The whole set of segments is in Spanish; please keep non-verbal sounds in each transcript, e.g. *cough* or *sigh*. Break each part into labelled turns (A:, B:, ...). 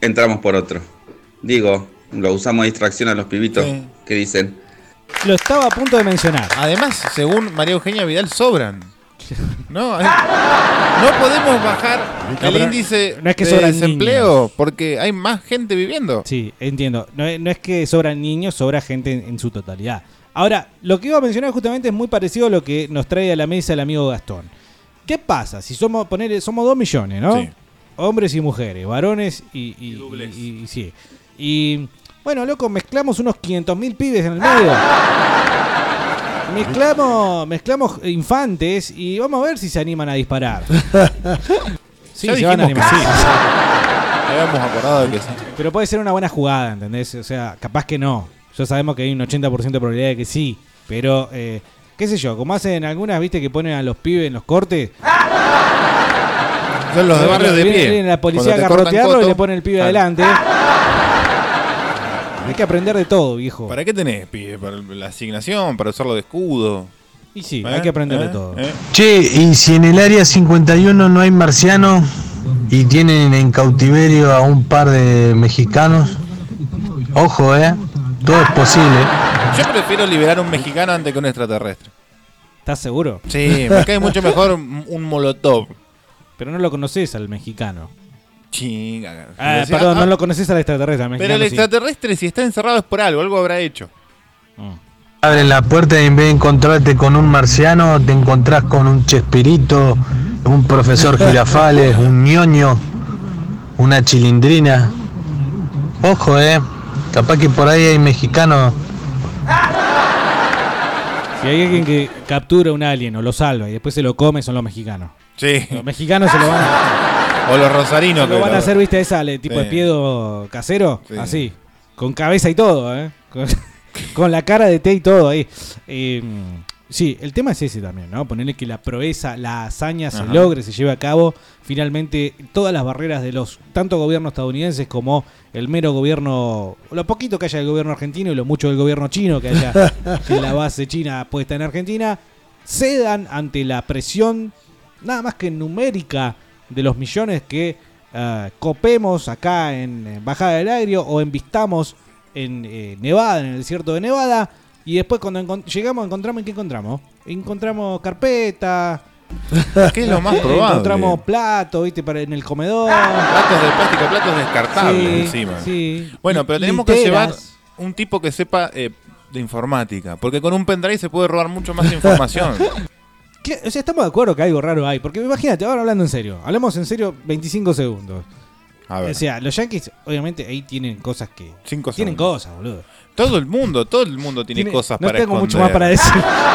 A: entramos por otro. Digo, lo usamos de distracción a los pibitos
B: Sí.
A: que dicen.
C: Lo estaba a punto de mencionar.
B: Además, según María Eugenia Vidal, sobran. No, hay- no podemos bajar
C: No,
B: el
C: pero
B: índice
C: no es que
B: de
C: sobran
B: desempleo
C: niños.
B: porque hay más gente viviendo.
C: Sí, entiendo. No, es- no es que sobran niños, sobra gente en, en su totalidad. Ahora, lo que iba a mencionar justamente es muy parecido a lo que nos trae a la mesa el amigo Gastón. ¿Qué pasa si somos, poner, somos dos millones, no?
B: Sí.
C: Hombres y mujeres, varones y, y, y- y- sí. Y bueno, loco, mezclamos unos 500 mil pibes en el medio. Mezclamos, mezclamos infantes y vamos a ver si se animan
B: *laughs*
C: a disparar. Sí,
B: Ya
C: se van a
B: dijimos
C: animar.
B: que sí. Habíamos acordado de que sí.
C: Pero puede ser una buena jugada, ¿entendés? O sea, capaz que no. Ya sabemos que hay un 80% de probabilidad de que sí. Pero, eh, qué sé yo, como hacen algunas, viste, que ponen a los pibes en los cortes.
B: Son los de barrios de
C: Viene-
B: pie.
C: viene la policía a
B: Cuando te cortan
C: garrotearlo y
B: coto,
C: le pone el pibe
B: ah, *laughs*
C: adelante. Hay que aprender de todo, viejo.
B: ¿Para qué tenés, pibe? ¿Para la asignación? ¿Para usarlo de escudo?
C: Y sí,
B: ¿Eh?
C: hay que aprender de
B: ¿Eh?
C: todo.
B: ¿Eh?
D: Che, y si en el área 51 no hay marcianos y tienen en cautiverio a un par de mexicanos, ojo, eh, todo es posible.
B: Yo prefiero liberar un mexicano antes que un extraterrestre.
C: ¿Estás seguro?
B: Sí, me cae mucho mejor un un molotov.
C: Pero no lo conoces al mexicano.
B: Chinga.
C: Ah,
B: Decía,
C: perdón,
B: ah,
C: no lo conoces al extraterrestre. al
B: Pero
C: mexicano
B: el
C: sí.
B: extraterrestre, si está encerrado, es por algo, algo habrá hecho.
C: Mm.
D: Abre la puerta y en vez de encontrarte con un marciano, te encontrás con un chespirito, un profesor girafales, un ñoño, una chilindrina. Ojo, eh, capaz que por ahí hay mexicanos.
C: Si hay alguien que captura a un alien o lo salva y después se lo come, son los mexicanos.
B: Sí,
C: Los mexicanos se lo van a...
B: o los rosarinos.
C: Lo
B: que
C: van a hacer, viste, esa le- tipo
B: Sí.
C: de piedo casero,
B: Sí.
C: así, con cabeza y todo, ¿eh? Con, *laughs* con la cara de té y todo ahí. Eh, sí, el tema es ese también, ¿no? Ponerle que la proeza, la hazaña se
B: Ajá.
C: logre, se lleve a cabo. Finalmente, todas las barreras de los tanto gobiernos estadounidenses como el mero gobierno, lo poquito que haya del gobierno argentino y lo mucho del gobierno chino que
B: *laughs*
C: haya en la base china puesta en Argentina, cedan ante la presión nada más que numérica de los millones que eh, copemos acá en, en Bajada del Agrio o envistamos en eh, Nevada, en el desierto de Nevada. Y después cuando encon- llegamos, encontramos, ¿qué encontramos? Encontramos carpeta,
B: ¿Qué es lo
C: *laughs*
B: más probable?
C: encontramos plato, ¿viste? Para, en el comedor.
B: Platos de plástico, platos descartables
C: Sí,
B: encima.
C: sí.
B: Bueno, pero
C: Y-
B: tenemos que llevar
C: literas.
B: un tipo que sepa eh, de informática, porque con un pendrive se puede robar mucho más
C: *laughs*
B: información.
C: Cla- O sea, estamos de acuerdo que algo raro hay. Porque imagínate, ahora hablando en serio. Hablamos en serio 25 segundos.
B: A
C: O
B: ver,
C: sea, los yankees, obviamente, ahí tienen cosas que.
B: cinco
C: Tienen
B: segundos.
C: cosas, boludo.
B: Todo el mundo, todo el mundo tiene,
C: Tiene-
B: cosas
C: no
B: para
C: tengo
B: esconder.
C: mucho más para decir.
B: *laughs*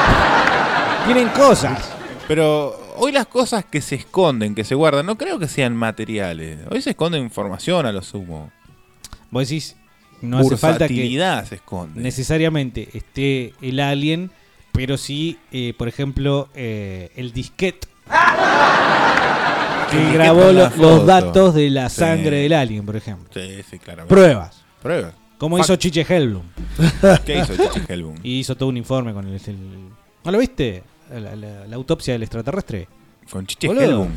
C: tienen cosas.
B: Pero hoy las cosas que se esconden, que se guardan, no creo que sean materiales. Hoy se esconde información a lo sumo.
C: Vos decís, no hace falta que
B: Versatilidad se esconde.
C: necesariamente esté el alien, pero sí, eh, por ejemplo, eh, el disquete que
B: disquete
C: grabó
B: con la
C: lo- los
B: foto.
C: datos de la
B: Sí.
C: sangre del alien, por ejemplo.
B: Sí, sí, claramente.
C: Pruebas.
B: Prueba.
C: Como
B: Fact.
C: hizo Chiche Hellblum.
B: ¿Qué hizo Chichi Helbum?
C: Y hizo todo un informe con el... el- ¿No lo viste? La- la- la autopsia del extraterrestre.
B: Con Chichi
C: Boludo.
B: Helbum.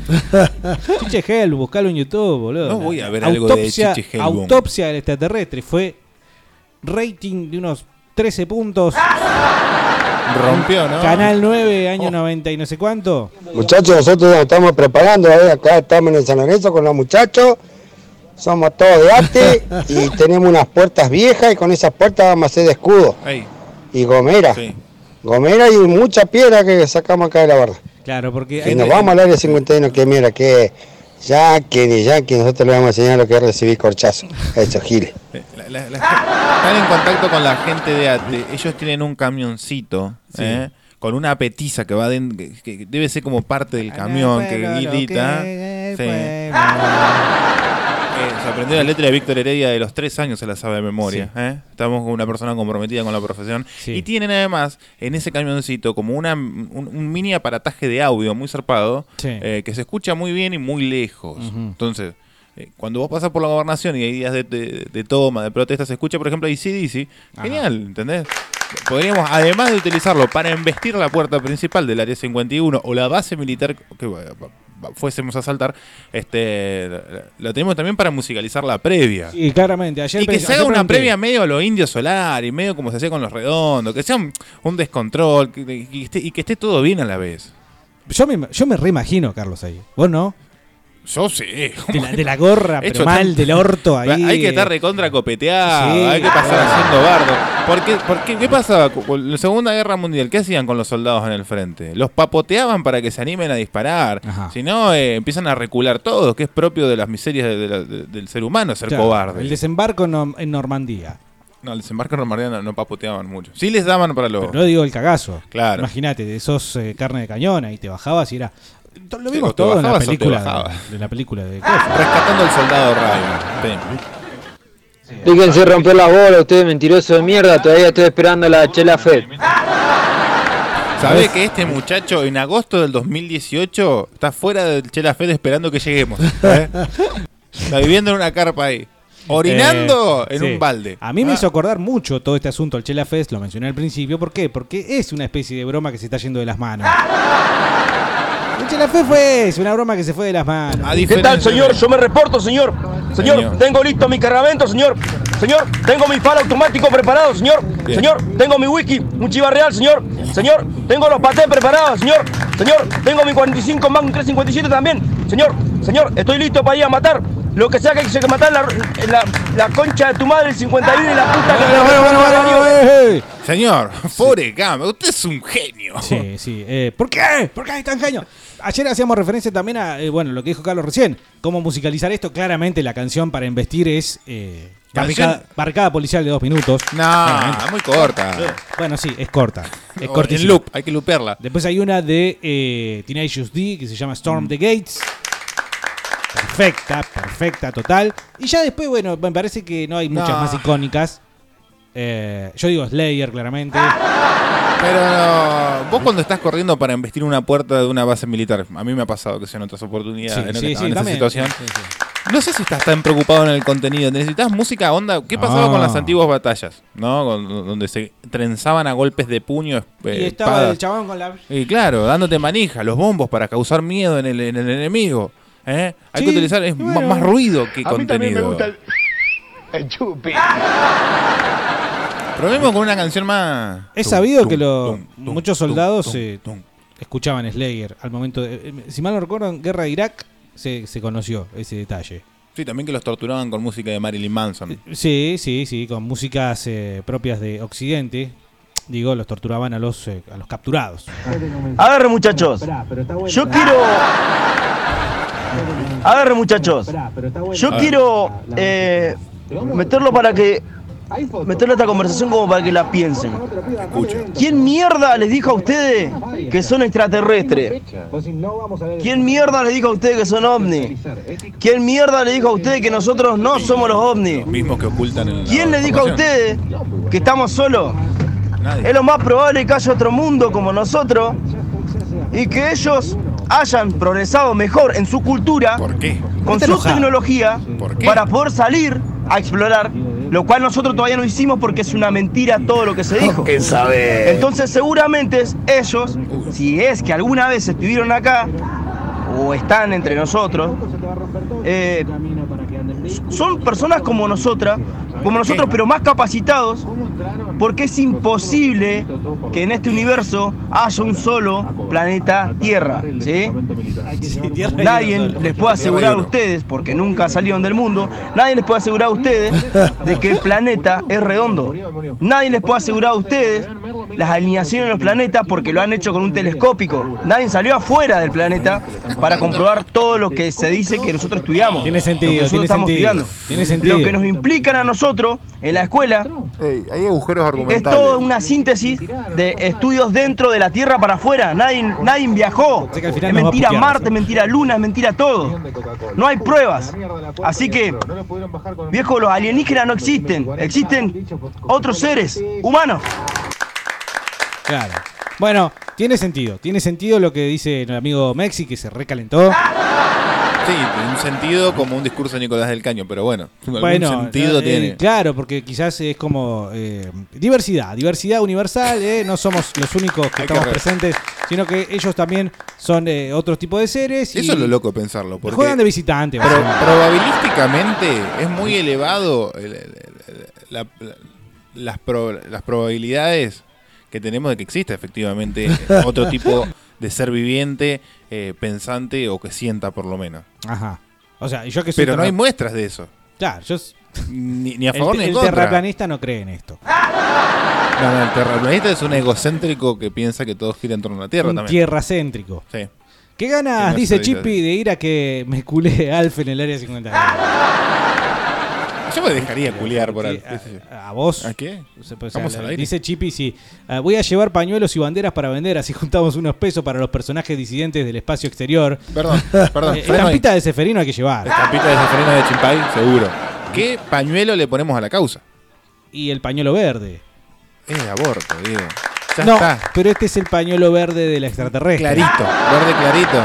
C: *laughs* Chiche Hell, buscalo en YouTube, boludo.
B: No voy a ver algo
C: autopsia,
B: de Chiche Hell, boom.
C: Autopsia del extraterrestre. Fue rating de unos 13 puntos.
B: Rompió, ¿no?
C: Canal 9, año
B: Ah. Oh.
C: 90 y no sé cuánto.
E: Muchachos, nosotros nos estamos preparando, ¿eh? acá estamos en el San Lorenzo con los muchachos, somos todos de arte y tenemos unas puertas viejas y con esas puertas vamos a hacer de escudo
B: Ahí,
E: y gomera,
B: sí.
E: gomera y mucha piedra que sacamos acá de la barra.
C: Claro, porque
E: Y
C: hay-
E: nos vamos al área 51, que mira, que ya que ni ya que nosotros le vamos a enseñar lo que es recibir corchazo a esos giles.
B: Eh, la- la- la- están en contacto con la gente de ATE. Ellos tienen un camioncito ¿eh? con una petiza que va den- que, que debe ser como parte del camión que
C: Bueno, lo
B: grita.
C: que-
B: Sí.
C: bueno.
B: Eh, se aprendió la letra de Víctor Heredia de los tres años, se la sabe de memoria. ¿eh? Estamos con una persona comprometida con la profesión.
C: Sí.
B: Y tienen además en ese camioncito como una, un, un mini aparataje de audio muy zarpado
C: Sí.
B: eh, que se escucha muy bien y muy lejos. Entonces, eh, cuando vos pasas por la gobernación y hay días de, de- de toma, de protesta, se escucha, por ejemplo, ACDC. Genial, ¿entendés? Podríamos, además de utilizarlo para embestir la puerta principal del área 51 o la base militar, que, bueno, fuésemos a saltar, este, la- la tenemos también para musicalizar la previa.
C: Sí, claramente. Ayer
B: Y que
C: pens-
B: se haga
C: ayer
B: una
C: pregunté.
B: previa medio a los indios solar y medio como se hacía con los redondos, que sea un, un descontrol que- que- que esté- y que esté todo bien a la vez.
C: Yo me, yo me reimagino, a Carlos, ahí. ¿Vos no?
B: Yo sí. *laughs*
C: De la, de la gorra, pero
B: Hecho
C: mal,
B: tanto.
C: del orto ahí.
B: Hay que estar
C: eh,
B: recontra copeteado,
C: Sí.
B: hay que pasar haciendo bardo. ¿Por qué, por qué- qué pasaba cu- con la Segunda Guerra Mundial? ¿Qué hacían con los soldados en el frente? Los papoteaban para que se animen a disparar.
C: Ajá.
B: Si no, eh, empiezan a recular todos, que es propio de las miserias de- de la- de- del ser humano, ser
C: claro,
B: cobarde.
C: El desembarco en, Nom- en Normandía.
B: no, el desembarco en Normandía no, no papoteaban mucho. Sí les daban para los...
C: Pero no digo el cagazo.
B: Oh. Claro.
C: Imagínate, de esos eh, carne de cañón, ahí te bajabas y era. to- Lo
B: o
C: vimos
B: te
C: todo en la
B: bajabas o te
C: película.
B: bajabas. Ah,
C: De la película de.
B: Rescatando al soldado Ryan. Sí.
F: Déjense romper la bola, ustedes mentirosos de mierda, todavía estoy esperando la chela Fed.
B: ¿Sabe que este muchacho en agosto del 2018 está fuera del Chela Fed esperando que lleguemos? ¿eh? Está viviendo en una carpa ahí. Orinando
C: Eh,
B: en
C: sí.
B: un balde.
C: A mí me
B: Ah,
C: hizo acordar mucho todo este asunto al Chela Fest, lo mencioné al principio. ¿Por qué? Porque es una especie de broma que se está yendo de las
B: *laughs*
C: manos. El Chela Fest fue eso, una broma que se fue de las
B: a
C: manos.
G: ¿Qué tal,
B: diferencia-
G: señor? Yo me reporto, señor. Señor,
B: Señor.
G: tengo listo mi cargamento, señor. Señor, tengo mi faro automático preparado, señor.
B: Bien.
G: Señor, tengo mi whisky, un chiva real, señor. Señor, tengo los patés preparados, señor. Señor, tengo mi 45 Magnum 357 también. Señor, señor, estoy listo para ir a matar. Lo que sea que se que matar la, la, la concha de tu madre, el 51 y la puta que te
B: Señor, pobre Gama, usted es un genio. *laughs*
C: Sí, sí. eh, ¿Por qué? ¿Por qué hay tan genio? Ayer hacíamos referencia también a, eh, bueno, lo que dijo Carlos recién. Cómo musicalizar esto. Claramente la canción para investir es eh,
B: ¿Canción?
C: barricada, barricada policial de dos minutos.
B: No, muy corta.
C: Bueno, sí, es corta. Es
B: O Oh,
C: cortísima.
B: en loop, hay que loopearla.
C: Después hay una de eh, Teenage D que se llama Storm the Gates. Perfecta, perfecta, total. Y ya después, bueno, me parece que no hay muchas
B: No.
C: más icónicas. Eh, yo digo Slayer, claramente.
B: Ah. Pero no, vos cuando estás corriendo para investir una puerta de una base militar, a mí me ha pasado que sea en otras oportunidades, ¿no? que estaba en esa
C: también.
B: situación.
C: Sí, sí.
B: No sé si estás tan preocupado en el contenido. Necesitas música onda. ¿Qué pasaba
C: Ah.
B: con las antiguas batallas? ¿No? Con- donde se trenzaban a golpes de puño. eh,
C: Y estaba
B: espadas.
C: el chabón con la.
B: Y claro, dándote manija, los bombos para causar miedo en el, en el enemigo. ¿eh? Hay
C: Sí,
B: que utilizar es
C: y bueno.
B: ma- más ruido que
H: A mí también me
B: contenido.
H: gusta el, el *laughs* chupi.
B: Probemos con una canción más.
C: Es
B: Tum,
C: sabido
B: tum,
C: que lo-
B: tum, tum,
C: muchos
B: tum,
C: soldados,
B: tum,
C: eh,
B: tum.
C: Escuchaban Slayer al momento. de- eh, si mal no recuerdo, en Guerra de Irak se, se conoció ese detalle.
B: Sí, también que los torturaban con música de Marilyn Manson.
C: Sí, sí, sí, con músicas eh, propias de Occidente. Digo, los torturaban a los, eh, a los capturados.
G: Agarre muchachos. Yo quiero. Agarre muchachos. Yo quiero eh, meterlo para que. Meterle esta conversación como para que la piensen.
B: Escucha.
G: ¿Quién mierda les dijo a ustedes que son extraterrestres? ¿Quién mierda les dijo a ustedes que son ovnis? ¿Quién mierda les dijo a ustedes que nosotros no somos los ovnis?
B: Los mismos que ocultan en la
G: ¿Quién les dijo a
B: información.
G: ustedes que estamos solos?
B: Nadie.
G: Es lo más probable que haya otro mundo como nosotros y que ellos hayan progresado mejor en su cultura,
B: ¿Por qué?
G: con
C: Está
G: su
C: enojado.
G: Este tecnología,
B: ¿Por qué?
G: para poder salir a explorar, lo cual nosotros todavía no hicimos porque es una mentira todo lo que se dijo. Entonces seguramente es- ellos, si es que alguna vez estuvieron acá o están entre nosotros, eh, son personas como nosotras, como nosotros, pero más capacitados, porque es imposible que en este universo haya un solo planeta Tierra. ¿sí? Nadie les puede asegurar a ustedes, porque nunca salieron del mundo, nadie les puede asegurar a ustedes de que el planeta es redondo. Nadie les puede asegurar a ustedes las alineaciones de los planetas porque lo han hecho con un telescópico. Nadie salió afuera del planeta para comprobar todo lo que se dice que nosotros estudiamos.
C: Tiene
G: lo que
C: sentido,
G: nosotros
C: tiene
G: estamos
C: sentido,
G: estudiando.
C: tiene sentido.
G: Lo que nos implican a nosotros en la escuela
H: hay agujeros
G: es
H: argumentales.
G: toda una síntesis de estudios dentro de la Tierra para afuera. Nadie, nadie viajó.
C: Sé que al final
G: Es
C: nos va a
G: mentira
C: putear,
G: Marte, es mentira Luna, es mentira todo. No hay pruebas. Así que, viejo, los alienígenas no existen. Existen otros seres humanos.
C: Claro. Bueno, tiene sentido. Tiene sentido lo que dice el amigo Mexi, que se recalentó.
B: Sí, en un sentido como un discurso de Nicolás del Caño, pero bueno, algún
C: Bueno,
B: sentido
C: eh,
B: tiene.
C: Claro, porque quizás es como eh, diversidad, diversidad universal, eh, no somos los únicos que
B: Hay que
C: estamos
B: re-
C: presentes, sino que ellos también son eh, otro tipo de seres. y
B: Eso es lo loco de pensarlo, porque
C: Juegan de visitante.
B: pro-
C: básicamente.
B: probabilísticamente es muy elevado el- el- el- la- la- las, pro- las probabilidades que tenemos de que exista
C: *laughs*
B: efectivamente otro tipo de ser viviente, eh, pensante o que sienta por lo menos.
C: Ajá. O sea, yo que soy
B: Pero no
C: terra-
B: hay muestras de eso,
C: Claro, yo s-
B: ni, ni a
C: el,
B: favor ni
C: el
B: en contra.
C: terraplanista no cree en esto.
B: No, no, el terraplanista es un egocéntrico que piensa que todo gira en torno a la Tierra
C: Un
B: también.
C: tierracéntrico.
B: Sí.
C: ¿Qué
B: Que
C: ganas,
B: no
C: dice
B: soy de-
C: Chippy, de ir a que me culé Alf en el área 50?
B: Yo me dejaría culiar por algo.
C: Sí, ah.
B: qué sé yo.
C: a, a vos.
B: ¿A qué?
C: O sea, pues,
B: Estamos
C: o sea,
B: al aire.
C: Dice Chippy, sí. Ah, voy a llevar pañuelos y banderas para vender, así *laughs* juntamos unos pesos para los personajes disidentes del espacio exterior.
B: Perdón, perdón. freno ahí.
C: Eh, *laughs* estampita de Seferino hay que llevar.
B: Estampita de Zafarino de Chimpay, seguro. ¿Qué pañuelo le ponemos a la causa?
C: Y el pañuelo verde.
B: Es de aborto, digo. Ya
C: no,
B: está.
C: pero este es el pañuelo verde de la extraterrestre.
B: Clarito, verde clarito.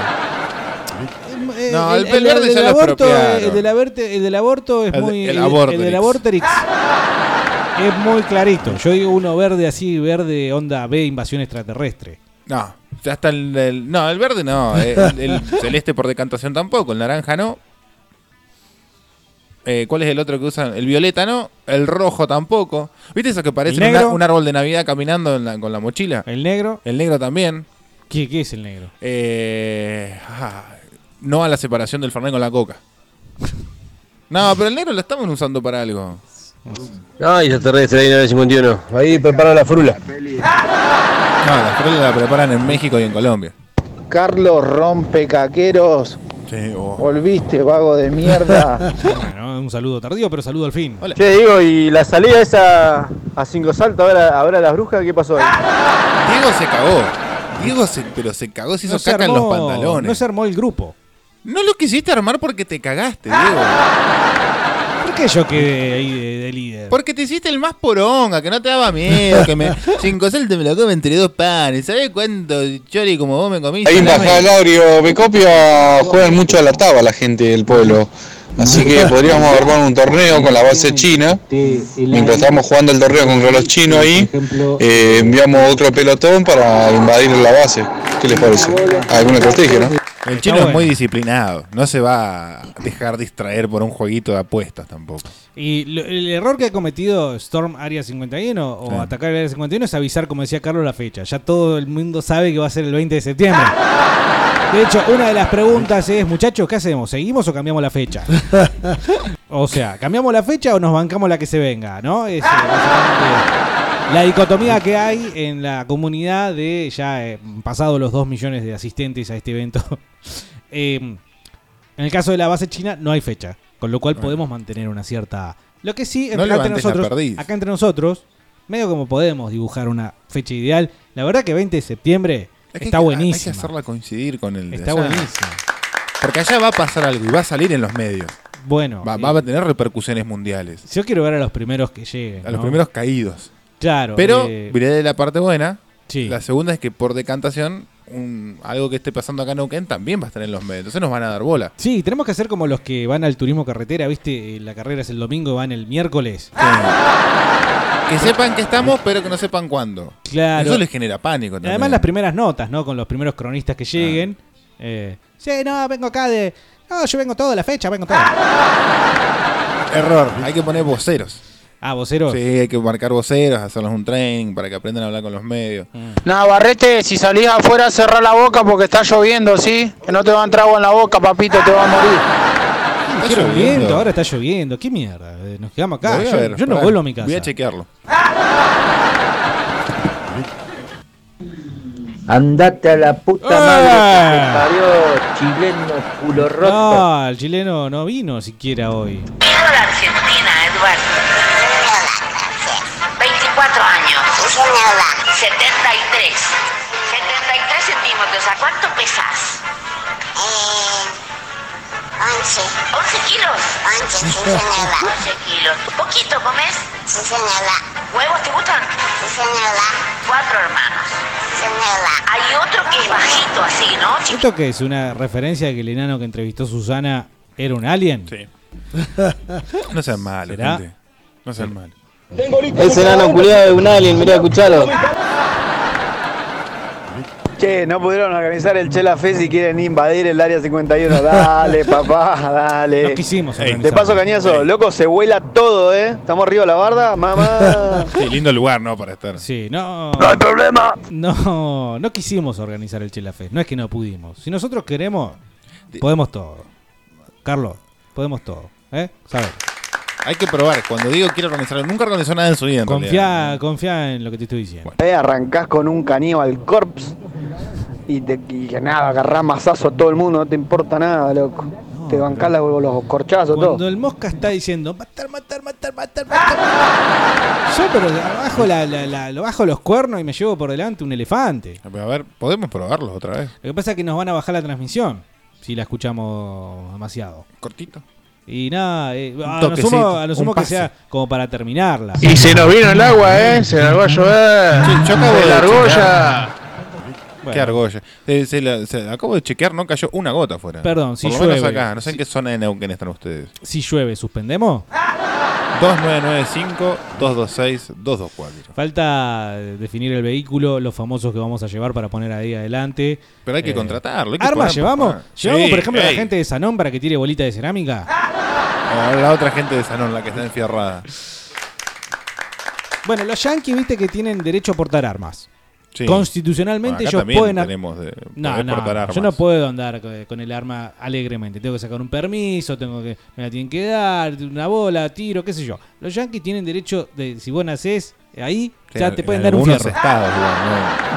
C: Eh,
B: No, el verde ya
C: del
B: lo
C: aborto,
B: apropiaron.
C: eh, el, del averte- el del aborto es
B: El-
C: muy.
B: el aborterix.
C: del aborterix es muy clarito. Yo digo uno verde así, verde onda B, invasión extraterrestre.
B: No, ya está el, el- No, el verde no. eh, El,
C: *laughs*
B: el celeste por decantación tampoco. El naranja no. Eh, ¿Cuál es el otro que usan? El violeta no. El rojo tampoco. ¿Viste eso que parece
C: ¿El
B: un, ar-
C: negro?
B: un árbol de Navidad caminando en la- con la mochila?
C: El negro.
B: El negro también.
C: ¿Qué, qué es el negro?
B: Eh, ah, no a la separación del Fernet con la coca. *laughs* No, pero el negro lo estamos usando para algo.
F: Ay, ya terrestre ahí en el 51.
D: Ahí prepara la frula.
B: No, la frula la preparan en México y en Colombia.
I: Carlos Rompecaqueros,
B: Sí,
I: volviste, vago
J: *laughs*
I: de mierda.
C: Bueno, un saludo tardío, pero saludo al fin.
B: Hola.
F: Che, digo, y la salida esa a cinco saltos ahora, ahora las brujas, ¿qué pasó ahí?
B: Diego se cagó. Diego se, pero se cagó, se hizo caca en los pantalones.
C: no
B: No,
C: se armó el grupo.
B: lo quisiste armar porque te cagaste, Diego.
C: ¿Por qué yo quedé ahí de, de líder?
B: Porque te hiciste el más poronga, que no te daba miedo, que me. Cinco saltos me lo come entre dos panes. ¿Sabés cuánto chori como vos me comiste?
A: Ahí en
B: Dame-
A: Bajada Laurio, Becopia juegan mucho a la taba la gente del pueblo. Así que podríamos armar un torneo con la base china. Mientras estamos jugando el torneo contra los chinos ahí, eh, enviamos otro pelotón para invadir la base. ¿Qué les parece? Alguna estrategia, ¿no?
B: El chino
C: bueno.
B: es muy disciplinado, no se va a dejar distraer por un jueguito de apuestas tampoco.
C: Y lo- el error que ha cometido Storm Área 51 o
B: Sí.
C: atacar el Área 51 es avisar, como decía Carlos, la fecha. Ya todo el mundo sabe que va a ser el 20
B: *laughs*
C: de septiembre. De hecho, una de las preguntas es, muchachos, ¿qué hacemos? ¿Seguimos o cambiamos
B: *laughs*
C: la fecha? o sea, ¿cambiamos la fecha o nos bancamos la que se venga? ¿No? Es eh, básicamente la dicotomía que hay en la comunidad de ya eh, pasado los 2 millones de asistentes a este evento. *laughs* Eh, en el caso de la base china no hay fecha, con lo cual podemos mantener una cierta... Lo que sí,
B: Ah. No
C: entre- entre
B: levantes la
C: nosotros,
B: perdiz.
C: acá entre nosotros, medio como podemos dibujar una fecha ideal, la verdad que 20 de septiembre
B: Es que
C: está
B: hay que-
C: buenísima.
B: Hay que hacerla coincidir con el. de
C: Está
B: allá.
C: buenísima.
B: Porque allá va a pasar algo y va a salir en los medios.
C: Bueno,
B: Va,
C: eh,
B: va a tener repercusiones mundiales.
C: yo quiero ver a los primeros que lleguen.
B: A los
C: ¿no?
B: primeros caídos.
C: Claro.
B: Pero
C: eh,
B: miré de la parte buena.
C: sí.
B: La segunda es que por decantación, un- algo que esté pasando acá en Neuquén también va a estar en los medios. Entonces nos van a dar bola.
C: Sí, tenemos que hacer como los que van al turismo carretera, ¿viste? Eh, La carrera es el domingo, van el
B: Ah,
C: miércoles.
B: Que sepan que estamos, pero que no sepan cuándo.
C: Claro.
B: Eso les genera pánico también.
C: Además las primeras notas, ¿no? Con los primeros cronistas que lleguen.
B: Ah.
C: Eh, sí, no, vengo acá de... No, yo vengo toda la fecha, vengo todo.
B: Error. Hay que poner voceros.
C: Ah, vocero.
B: Sí, hay que marcar voceros, hacernos un training para que aprendan a hablar con los medios.
C: Mm.
I: Navarrete, si salís afuera, cerrá la boca porque está lloviendo, ¿sí? Que no te va a entrar agua en la boca, papito, te va a morir.
B: Está
C: Está lloviendo,
B: lloviendo.
C: ahora está lloviendo. ¿Qué mierda? Eh, Nos quedamos
B: Lo
C: acá.
B: voy a
C: Yo,
B: ver,
C: yo no
B: pará.
C: vuelvo a mi casa.
B: Voy a chequearlo.
K: Andate a la
C: ¡Ah!
K: puta
C: ¡Eh!
K: madre que te parió, chileno culo roto.
C: No, el chileno no vino siquiera hoy.
L: Mierda Argentina, Eduardo. 24 años. 73. 73 centímetros. ¿A cuánto pesas? 11. ¿11 kilos? 11, sí señora. 11 kilos. ¿Poquito comes? Sí señora. ¿Huevos te gustan? Sí señora. Cuatro hermanos. Señora. Hay otro que es bajito así, ¿no?
C: ¿Esto que es una referencia de que el enano que entrevistó Susana era un alien? *laughs* Sí.
B: No sean malos, gente. No sean malos.
F: Ese enano culiado es un alien, mirá, escuchalo.
J: Che, no pudieron organizar el Chela Fest y quieren invadir el área 51. Dale, papá, dale.
C: No quisimos organizarlo.
J: De paso, cañazo, loco, se vuela todo, ¿eh? Estamos arriba de la barda,
I: *laughs*
J: mamá.
B: Sí, lindo lugar, ¿no? Para estar.
C: Sí, no. ¡No hay problema! No, no quisimos organizar el Chelafe. No es que no pudimos. Si nosotros queremos, podemos todo. Carlos, podemos todo. ¿Eh? ¿Sabes?
B: Hay que probar. Cuando digo quiero organizarlo, nunca organizó nada en su vida. en realidad.
C: Confía, confía en lo que te estoy diciendo.
J: Eh, arrancás con un caníbal corps y, te, y que nada, agarrás masazo a todo el mundo, no te importa nada, loco. te bancás la- los corchazos,
C: Cuando
J: todo.
C: el mosca está diciendo matar, matar, matar, matar, matar. Yo pero bajo, la, la- la- lo bajo los cuernos y me llevo por delante un elefante.
B: A ver, podemos probarlo otra vez.
C: Lo que pasa es que nos van a bajar la transmisión si la escuchamos demasiado.
B: Cortito.
C: Y nada, eh, a, lo
B: toquecito,
C: sumo, a lo sumo
B: un
C: que
B: pase.
C: sea como para terminarla.
D: Y se nos vino el agua, ¿eh? Se largó a llover.
B: yo acabo
D: Se
B: de
D: largó
B: checar.
D: ya.
B: Qué argolla. Eh, se la- se la acabo de chequear, no cayó una gota afuera.
C: Perdón, si
B: Por lo menos
C: llueve.
B: acá, no sé en qué zona de Neuquén están ustedes.
C: Si llueve, ¿suspendemos?
B: 2995 226 224.
C: Falta definir el vehículo, los famosos que vamos a llevar para poner ahí adelante. Eh,
B: Pero hay que contratarlo, hay que
C: ¿Armas
B: poner-
C: llevamos?
B: ah,
C: ¿Llevamos,
B: sí,
C: por ejemplo, a la
B: ey.
C: gente de Sanón para que tire bolita de cerámica?
B: Ah, La otra gente de Sanón, la que está enfierrada.
C: Bueno, los yanquis, viste que tienen derecho a portar armas.
B: Sí.
C: Constitucionalmente
B: Bueno, acá
C: ellos
B: también
C: pueden... a-
B: tenemos de-
C: no,
B: podés
C: no,
B: portar armas.
C: yo no puedo andar co- con el arma alegremente. Tengo que sacar un permiso, tengo que me la tienen que dar, una bola, tiro, qué sé yo. Los yanquis tienen derecho de, si vos nacés ahí,
B: Sí,
C: ya
B: en-
C: te pueden
B: en
C: dar un
B: algunos
C: fierro.
B: estados, igual, no-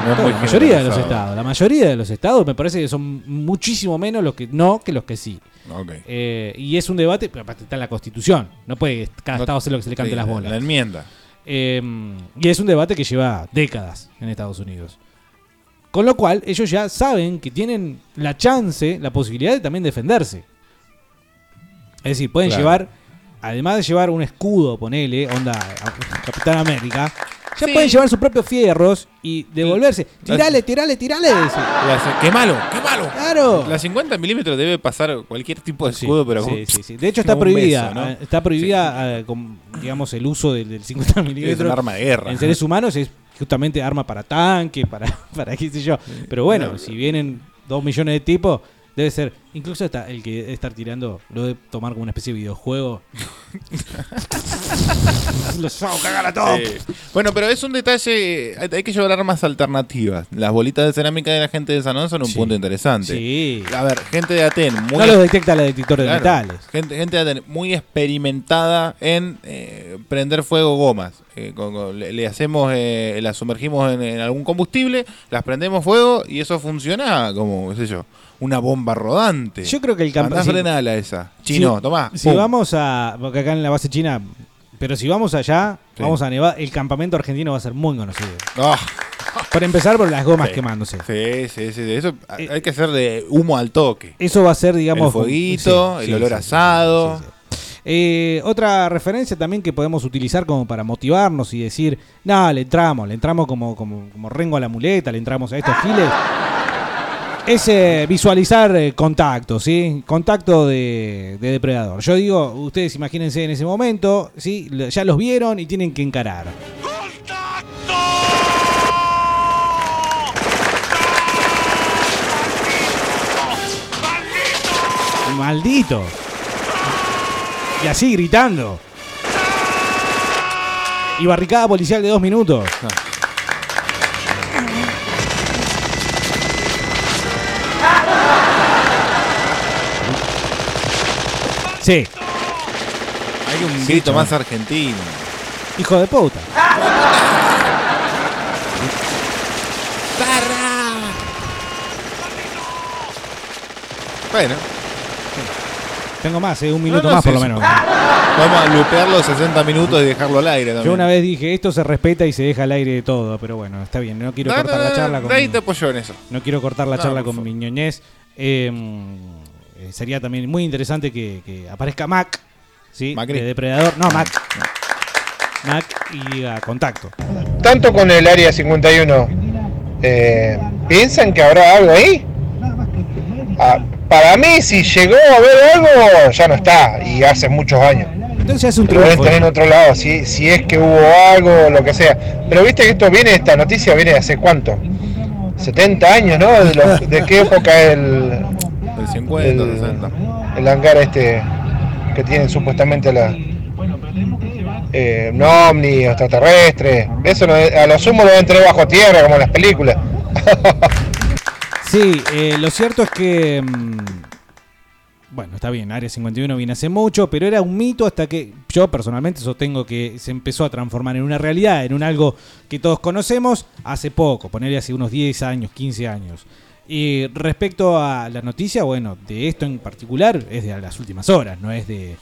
B: no es muy
C: la mayoría de los
B: generalizado.
C: estados, la mayoría de los estados me parece que son muchísimo menos los que no que los que sí.
B: Ok.
C: Eh, y es un debate, pero aparte está en la constitución. No puede cada
B: No-
C: estado hacer lo que se le cante
B: sí,
C: las
B: la-
C: bolas.
B: la enmienda.
C: Eh, y es un debate que lleva décadas en Estados Unidos. Con lo cual, ellos ya saben que tienen la chance, la posibilidad de también defenderse. Es decir, pueden
B: Claro.
C: llevar, además de llevar un escudo, ponele, onda a- Capitán América, ya
B: Sí.
C: pueden llevar sus propios fierros y devolverse. Tirale, tirale, tirale. decir.
B: Las- ¡Qué malo! ¡Qué malo!
C: Claro.
B: La 50 milímetros debe pasar cualquier tipo de escudo, pero
C: Sí,
B: como-
C: sí,
B: *laughs*
C: sí. De hecho,
B: como
C: está
B: un
C: prohibida.
B: beso, ¿no?
C: eh, Está prohibida, eh, con, digamos, el uso del, del 50 milímetros.
B: un arma de guerra.
C: En seres humanos es justamente arma para tanque, para, *laughs* para qué sé yo. Pero bueno,
B: claro.
C: si vienen dos millones de tipos, debe ser. Incluso hasta el que debe estar tirando lo debe tomar como una especie de
B: *laughs*
C: videojuego. Los hago cagar a todos.
B: Sí. Eh, Bueno, pero es un detalle. eh, Hay hay que llevar armas alternativas. Las bolitas de cerámica de la gente de Sanón son un punto interesante.
C: Sí.
B: A ver, gente de Aten, muy.
C: No los detecta el detector de
B: Claro,
C: metales.
B: Gente, gente de Aten muy experimentada en eh, prender fuego gomas. Eh, con- con- le, le hacemos, eh, las sumergimos en, en algún combustible, las prendemos fuego y eso funciona como, qué sé yo, una bomba rodante.
C: Yo creo que el campeón.
B: Andá frenala esa. Chino,
C: si,
B: tomá.
C: Si
B: pum.
C: vamos a. Porque acá en la base china. Pero si vamos allá,
B: Sí.
C: vamos a Nevada. El campamento argentino va a ser muy conocido.
B: Ah.
C: Para empezar, por las gomas
B: Sí.
C: quemándose.
B: Sí, sí, sí. Eso
C: Eh,
B: hay hay que hacer de humo al toque.
C: Eso va a ser, digamos.
B: el fueguito,
C: sí,
B: el
C: sí,
B: olor
C: sí, sí.
B: asado.
C: Eh, otra referencia también que podemos utilizar como para motivarnos y decir, no, le entramos, le entramos como, como, como rengo a la muleta, le entramos a estos giles. Es eh, visualizar eh, contacto, ¿sí? Contacto de, de depredador. Yo digo, ustedes imagínense en ese momento, ¿sí? Lo- Ya los vieron y tienen que encarar. ¡Maldito! Y así gritando. Y barricada policial de dos minutos. Sí,
B: Hay un
C: Sí,
B: grito
C: chaval.
B: más argentino.
C: hijo de puta.
B: Bueno,
C: Tengo más, ¿eh? un
B: No,
C: minuto
B: no,
C: más
B: sí,
C: por lo
B: sí.
C: menos.
B: vamos a lupear los 60 minutos y dejarlo al aire también.
C: Yo una vez dije, esto se respeta y se deja al aire de todo, pero bueno, está bien, no quiero
B: No,
C: cortar
B: no,
C: la
B: no,
C: charla
B: no,
C: con
B: Nadie
C: mi-
B: te apoyó en eso.
C: No quiero cortar la
B: No,
C: charla
B: por
C: con
B: favor.
C: mi ñoñez. Eh, eh, sería también muy interesante que, que aparezca Mac, ¿sí? De Depredador. No, Mac. Mac y diga contacto.
M: Tanto con el área 51, eh, ¿piensan que habrá algo ahí? Ah, para mí, si llegó a haber algo, ya no está, y hace muchos años.
C: Entonces hace un
M: Lo deben
C: triunfo.
M: tener en otro lado, si, si es que hubo algo, lo que sea. Pero viste que esto viene, esta noticia viene de hace cuánto? 70 años, ¿no? ¿De, los- de qué época el,
B: El 50,
D: Eh,
M: El-
B: 60.
M: el hangar este que tienen supuestamente la eh, un ovni extraterrestre eso no es- a lo sumo lo deben tener bajo tierra como en las películas
C: Sí, eh, lo cierto es que. mm, Bueno, está bien, Área 51 viene hace mucho, pero era un mito hasta que yo personalmente sostengo que se empezó a transformar en una realidad, en un algo que todos conocemos hace poco, ponerle hace unos 10 años, 15 años. Y respecto a la noticia, bueno, de esto en particular es de las últimas horas, no es de,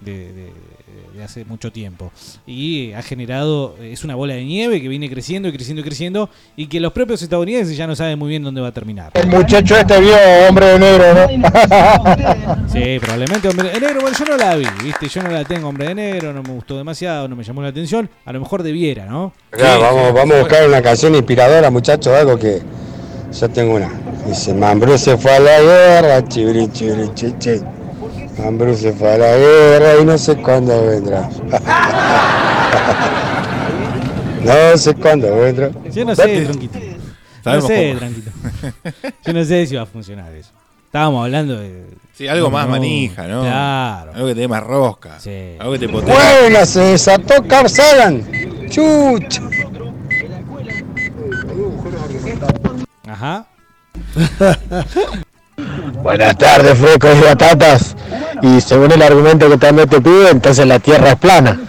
C: de- de- de hace mucho tiempo. Y ha generado, es una bola de nieve que viene creciendo y creciendo y creciendo y que los propios estadounidenses ya no saben muy bien dónde va a terminar.
M: el muchacho este vio hombre de negro no
C: Sí, probablemente hombre de negro. Bueno, yo no la vi, ¿viste? Yo no la tengo, hombre de negro, no me gustó demasiado, no me llamó la atención. A lo mejor debiera, ¿no?
E: Acá, vamos, vamos a buscar una canción inspiradora, muchachos, algo que yo tengo una. Dice, Mambrú se fue a la guerra, chibri, chibri, chi, chi. Mambrú se fue a la guerra y no sé cuándo vendrá. *laughs* no sé cuándo vendrá.
C: Yo no sé, tranquito. No sé, tranquito. Yo no sé si va a funcionar eso. Estábamos hablando de.
B: *laughs* Sí, algo más
C: No,
B: manija, ¿no?
C: Claro.
B: Algo que te dé más rosca. Algo que te potencia.
E: ¡Juega! Se desató Carl Sagan. Chucha.
C: Ajá.
N: Buenas tardes, frescos y batatas. Y según el argumento que también te pido, entonces la tierra es plana.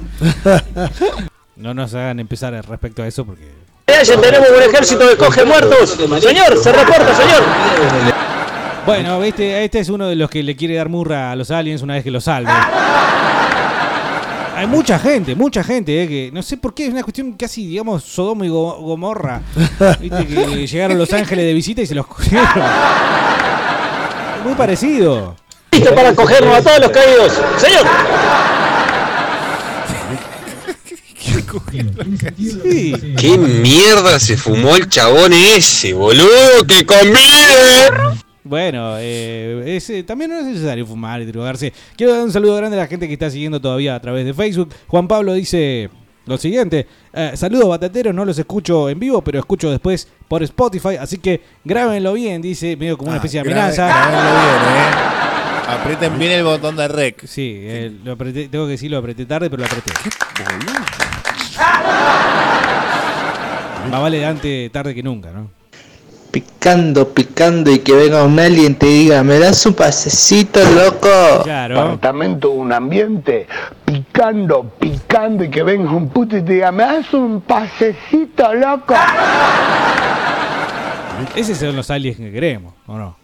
N: *laughs*
C: No nos hagan empezar respecto a eso porque.
K: tenemos un ejército de coge muertos. Señor, se reporta, señor.
C: Bueno, viste, este es uno de los que le quiere dar murra a los aliens una vez que los salve. Hay mucha gente, mucha gente, eh, que no sé por qué, es una cuestión casi, digamos, Sodoma y Go- Gomorra. Viste que llegaron los ángeles de visita y se los cogieron. Muy parecido.
K: Listo para cogernos a todos los caídos.
C: *laughs*
K: Señor.
O: ¿Qué mierda se fumó el chabón ese, boludo? ¡Que convive!
C: Bueno, eh, es, eh, también no es necesario fumar y drogarse. Quiero dar un saludo grande a la gente que está siguiendo todavía a través de Facebook. Juan Pablo dice lo siguiente. eh, saludos batateros, no los escucho en vivo, pero escucho después por Spotify. Así que grábenlo bien, dice, medio como una
B: Ah,
C: especie de
B: grabe-
C: amenaza.
B: grábenlo bien, eh. Aprieten bien el botón de rec.
C: Sí, eh, lo apreté- tengo que decir, lo apreté tarde, pero lo apreté. Más vale antes tarde que nunca, ¿no?
N: Picando, picando y que venga un alien y te diga, me das un pasecito, loco.
H: Apartamento, un ambiente, picando, picando y que venga un puto y te diga, me das un pasecito, loco.
C: Esos son los aliens que queremos, ¿o no?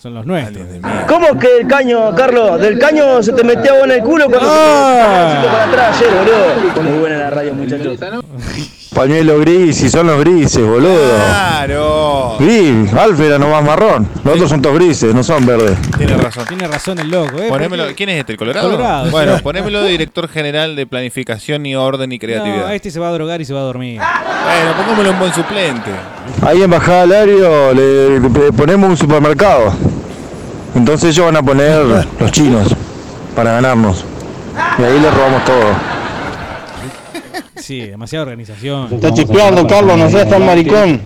C: Son los nuestros.
G: ¿Cómo que el caño, Carlos? Del caño se te metía agua en el culo cuando
C: Ah.
G: te para atrás ayer, boludo. Muy buena la radio, muchachos.
P: Pañuelo gris y son los grises, boludo.
B: Claro.
P: Gris, Alfera nomás marrón. Los otros son todos grises, no son verdes.
B: Tiene razón.
C: Tiene razón el loco, ¿eh?
B: Ponémelo,
C: Porque-
B: ¿Quién es este? ¿El Colorado?
C: Colorado,
B: bueno,
C: sí.
B: ponémelo de director general de planificación y orden y
C: No,
B: creatividad.
C: este se va a drogar y se va a dormir.
B: Bueno, pongámoslo un buen suplente.
P: Ahí en Bajada Lario le, le ponemos un supermercado. Entonces ellos van a poner los chinos para ganarnos. Y ahí le robamos todo.
C: Sí, demasiada organización.
D: Está chispeando, Carlos, no seas tan maricón.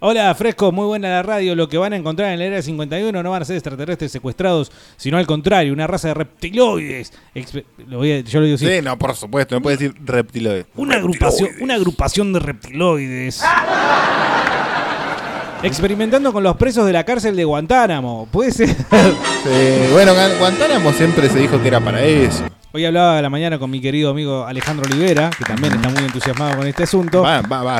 C: Hola, Fresco, muy buena la radio. Lo que van a encontrar en la era 51 no van a ser extraterrestres secuestrados, sino al contrario, una raza de reptiloides. Expe- lo voy a- yo lo digo así.
B: Sí, no, por supuesto, no puede decir reptiloide.
C: Una agrupación, una agrupación de reptiloides. Experimentando con los presos de la cárcel de Guantánamo. Puede ser.
B: Eh, bueno, Gu- Guantánamo siempre se dijo que era para eso.
C: Hoy hablaba a la mañana con mi querido amigo Alejandro Olivera, que también está muy entusiasmado con este asunto.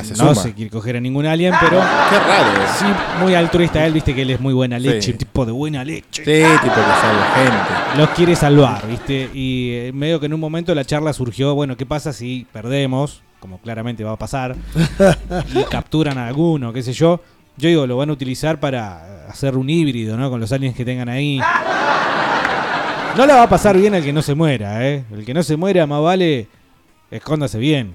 B: se suma.
C: no se quiere coger a ningún alien, pero. Qué
B: raro. ¿eh?
C: Sí, muy altruista él, viste que él es muy buena leche,
B: Sí.
C: un tipo de buena leche.
B: Sí, tipo que salva gente.
C: Los quiere salvar, viste. Y eh, medio que en un momento la charla surgió, bueno, ¿qué
B: *laughs*
C: pasa si perdemos? Como claramente va a pasar. y capturan a alguno, qué sé yo. Yo digo, lo van a utilizar para hacer un híbrido, ¿no? Con los aliens que tengan ahí. No la va a pasar bien el que no se muera, ¿eh? El que no se muera, más vale, escóndase bien.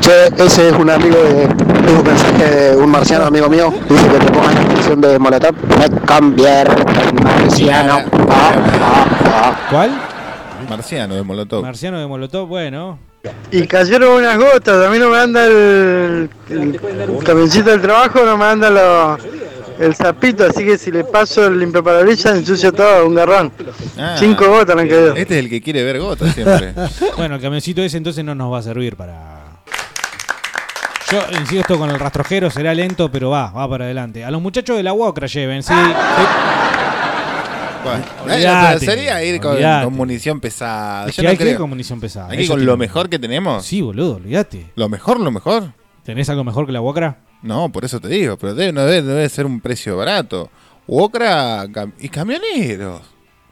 Q: Che, ese es un amigo de. es un mensaje de un marciano amigo mío. Dice que te pongan la canción de Molotov. Me convierto en marciano. Ah,
C: ¿Cuál?
B: Marciano de Molotov.
C: Marciano de Molotov, bueno.
R: Y cayeron unas gotas, a mí no me anda el, el camioncito del trabajo, no me anda lo- el zapito, así que si le paso el limpiaparabrisas ensucio todo, un garrón.
B: Ah,
R: Cinco gotas le han caído.
B: Este es el que quiere ver gotas
C: *laughs*
B: siempre.
C: Bueno, el camioncito ese entonces no nos va a servir para. Yo insisto con el rastrojero, será lento, pero va, va para adelante. A los muchachos del agua lleven, sí.
B: Ah, Bueno, eh,
C: Olvídate,
B: sería ir con,
C: olvídate.
B: con munición pesada.
C: Es
B: Yo
C: que
B: no
C: hay que ir
B: creo.
C: con munición pesada,
B: Hay que ir
C: eso
B: con
C: tiene.
B: lo mejor que tenemos.
C: Sí, boludo, olvídate.
B: ¿Lo mejor, lo mejor?
C: ¿Tenés algo mejor que la Wokra?
B: No, por eso te digo, pero debe, no debe, debe ser un precio barato. Wokra cam- y camioneros.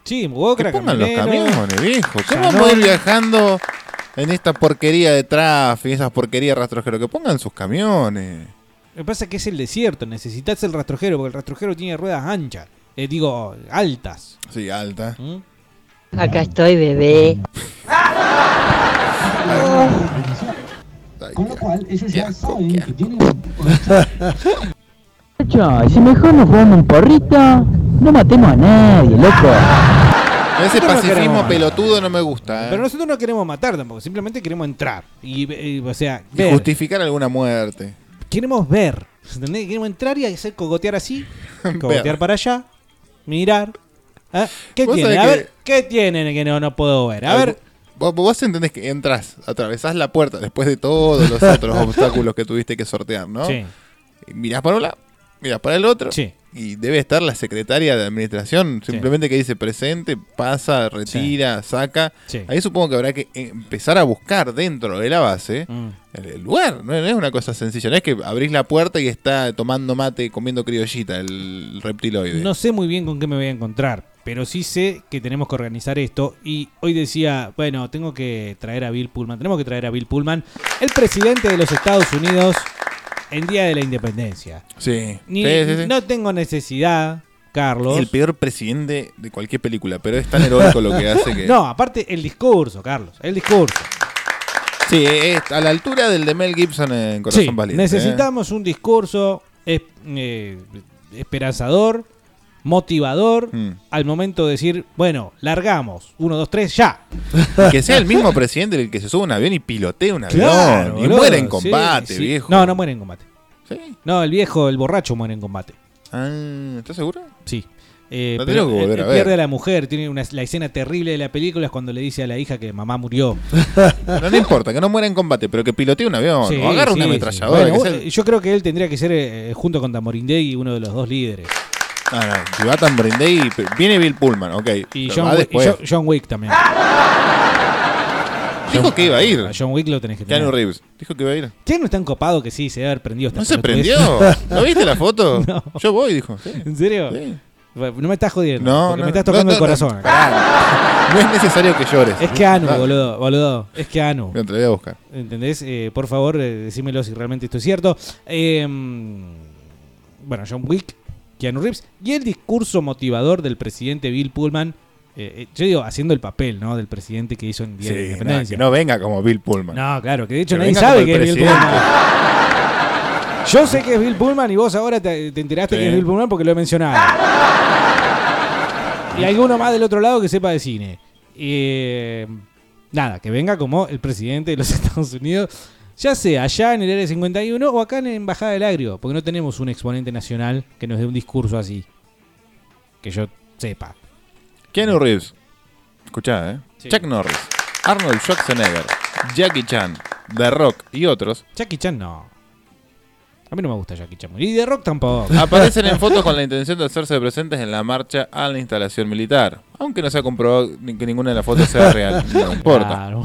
C: Sí, Wokra,
B: Que pongan los
C: camioneros.
B: camiones, viejo. ¿Cómo
C: Chanol.
B: vamos a ir viajando en esta porquería de tráfico, esas porquerías de rastrojero? Que pongan sus camiones.
C: Lo que pasa es que es el desierto, necesitas el rastrojero, porque el rastrojero tiene ruedas anchas. Eh, digo, altas.
B: Sí, altas.
S: Acá estoy, bebé.
T: Con lo cual, ellos ya saben que tienen
U: si mejor nos jugamos un porrito, no matemos a nadie, loco.
B: Ese
C: Nosotros no
B: pacifismo
C: queremos matar.
B: pelotudo no me gusta. ¿eh?
C: Pero nosotros no queremos matar tampoco, simplemente queremos entrar. Y, eh, o sea,
B: Y
C: ver.
B: justificar alguna muerte.
C: queremos ver. ¿Entendés? Queremos entrar y hacer cogotear así,
B: *laughs*
C: cogotear
B: Ver.
C: para allá, mirar. Ah, ¿Qué
B: Vos
C: tiene?
B: sabés
C: A
B: que-
C: ver, ¿qué tienen que no, no puedo ver? A ver,
B: Vos, vos entendés que entras, atravesás la puerta después de todos los
C: *laughs*
B: otros obstáculos que tuviste que sortear, ¿no?
C: Sí.
B: Y Mirás para un lado, mirás para el otro. Y debe estar la secretaria de administración, simplemente que dice presente, pasa, retira, saca.
C: Sí.
B: Ahí supongo que habrá que empezar a buscar dentro de la base
C: Mm.
B: el, el lugar. No, No es una cosa sencilla, no es que abrís la puerta y está tomando mate, comiendo criollita el reptiloide.
C: no sé muy bien con qué me voy a encontrar, pero sí sé que tenemos que organizar esto. Y hoy decía, bueno, tengo que traer a Bill Pullman, tenemos que traer a Bill Pullman, el presidente de los Estados Unidos en Día de la Independencia.
B: Sí.
C: Ni-
B: Sí, sí, sí.
C: No tengo necesidad, Carlos.
B: El peor presidente de cualquier película, pero es tan heroico lo que hace que.
C: *laughs* No, aparte el discurso, Carlos, el discurso.
B: Sí, es a la altura del de Mel Gibson en Corazón
C: Sí,
B: Valiente. ¿eh?
C: Necesitamos un discurso es- eh, esperanzador, motivador,
B: Mm.
C: al momento de decir, bueno, largamos, uno, dos, tres, ya.
B: Y Que sea el mismo presidente el que se sube a un avión y pilotee un avión.
C: Claro,
B: y
C: boludo,
B: muere en
C: sí,
B: combate,
C: sí.
B: viejo.
C: No, no muere en combate. No, el viejo, el borracho muere en combate.
B: Ah, ¿Estás seguro?
C: Sí. Eh,
B: La
C: pero
B: tengo que volver
C: eh,
B: a ver.
C: pierde a la mujer, tiene una, la escena terrible de la película es cuando le dice a la hija que mamá murió.
B: No, no importa, que no muera en combate, pero que pilotee un avión.
C: Sí,
B: o agarre una
C: sí, sí.
B: ametralladora.
C: Bueno,
B: que
C: vos- eh,
B: sea el-
C: Yo creo que él tendría que ser, eh, junto con Tamorindegui, uno de los dos líderes.
B: Ah, no, si va tan Brindey, viene Bill Pullman, ok.
C: Y,
B: pero
C: John,
B: va
C: Wick- y
B: después.
C: Jo- John Wick también.
B: Dijo que iba a ir.
C: Ah, A John Wick lo tenés que
B: Keanu
C: tener.
B: Reeves. Dijo que iba a ir.
C: ¿Quién no es tan copado que sí, se debe haber prendido esta
B: No se
C: pelotudez?
B: prendió. *laughs* ¿No viste la foto?
C: *laughs* No.
B: Yo voy, dijo. Sí.
C: ¿En serio?
B: Sí.
C: Bueno, No me estás jodiendo.
B: No,
C: porque
B: no,
C: me estás
B: no, no,
C: tocando el corazón.
B: no, pará. No es necesario que llores.
C: Es que
B: *laughs*
C: Anu,
B: No.
C: boludo, boludo. Es que Anu.
B: Bien, te lo voy a buscar.
C: ¿Entendés? Eh, por favor, eh, decímelo si realmente esto es cierto. Eh, bueno, John Wick, Keanu Reeves. Y el discurso motivador del presidente Bill Pullman. eh, eh, yo digo, haciendo el papel, ¿no? Del presidente que hizo en Día de
B: Sí,
C: la
B: nada,
C: Independencia.
B: que no venga como Bill Pullman.
C: No, claro, que de hecho
B: Que
C: nadie
B: venga
C: sabe
B: como
C: que
B: el
C: es Bill
B: presidente.
C: Pullman. Yo sé que es Bill Pullman y vos ahora te, te enteraste
B: Sí.
C: que es Bill Pullman porque lo he mencionado. y alguno más del otro lado que sepa de cine. Eh, nada, que venga como el presidente de los *laughs* Estados Unidos, ya sea allá en el área 51 o acá en la Embajada del Agrio, porque no tenemos un exponente nacional que nos dé un discurso así. Que yo sepa.
B: Keanu Reeves. Escuchá, ¿eh? Chuck Norris. Arnold Schwarzenegger. Jackie Chan. The Rock y otros.
C: Jackie Chan no. A mí no me gusta Jackie Chan. Y de Rock tampoco.
B: Aparecen en fotos con la intención de hacerse presentes en la marcha a la instalación militar. Aunque no se ha comprobado ni- que ninguna de las fotos sea real.
C: *laughs*
B: No importa.
C: Claro.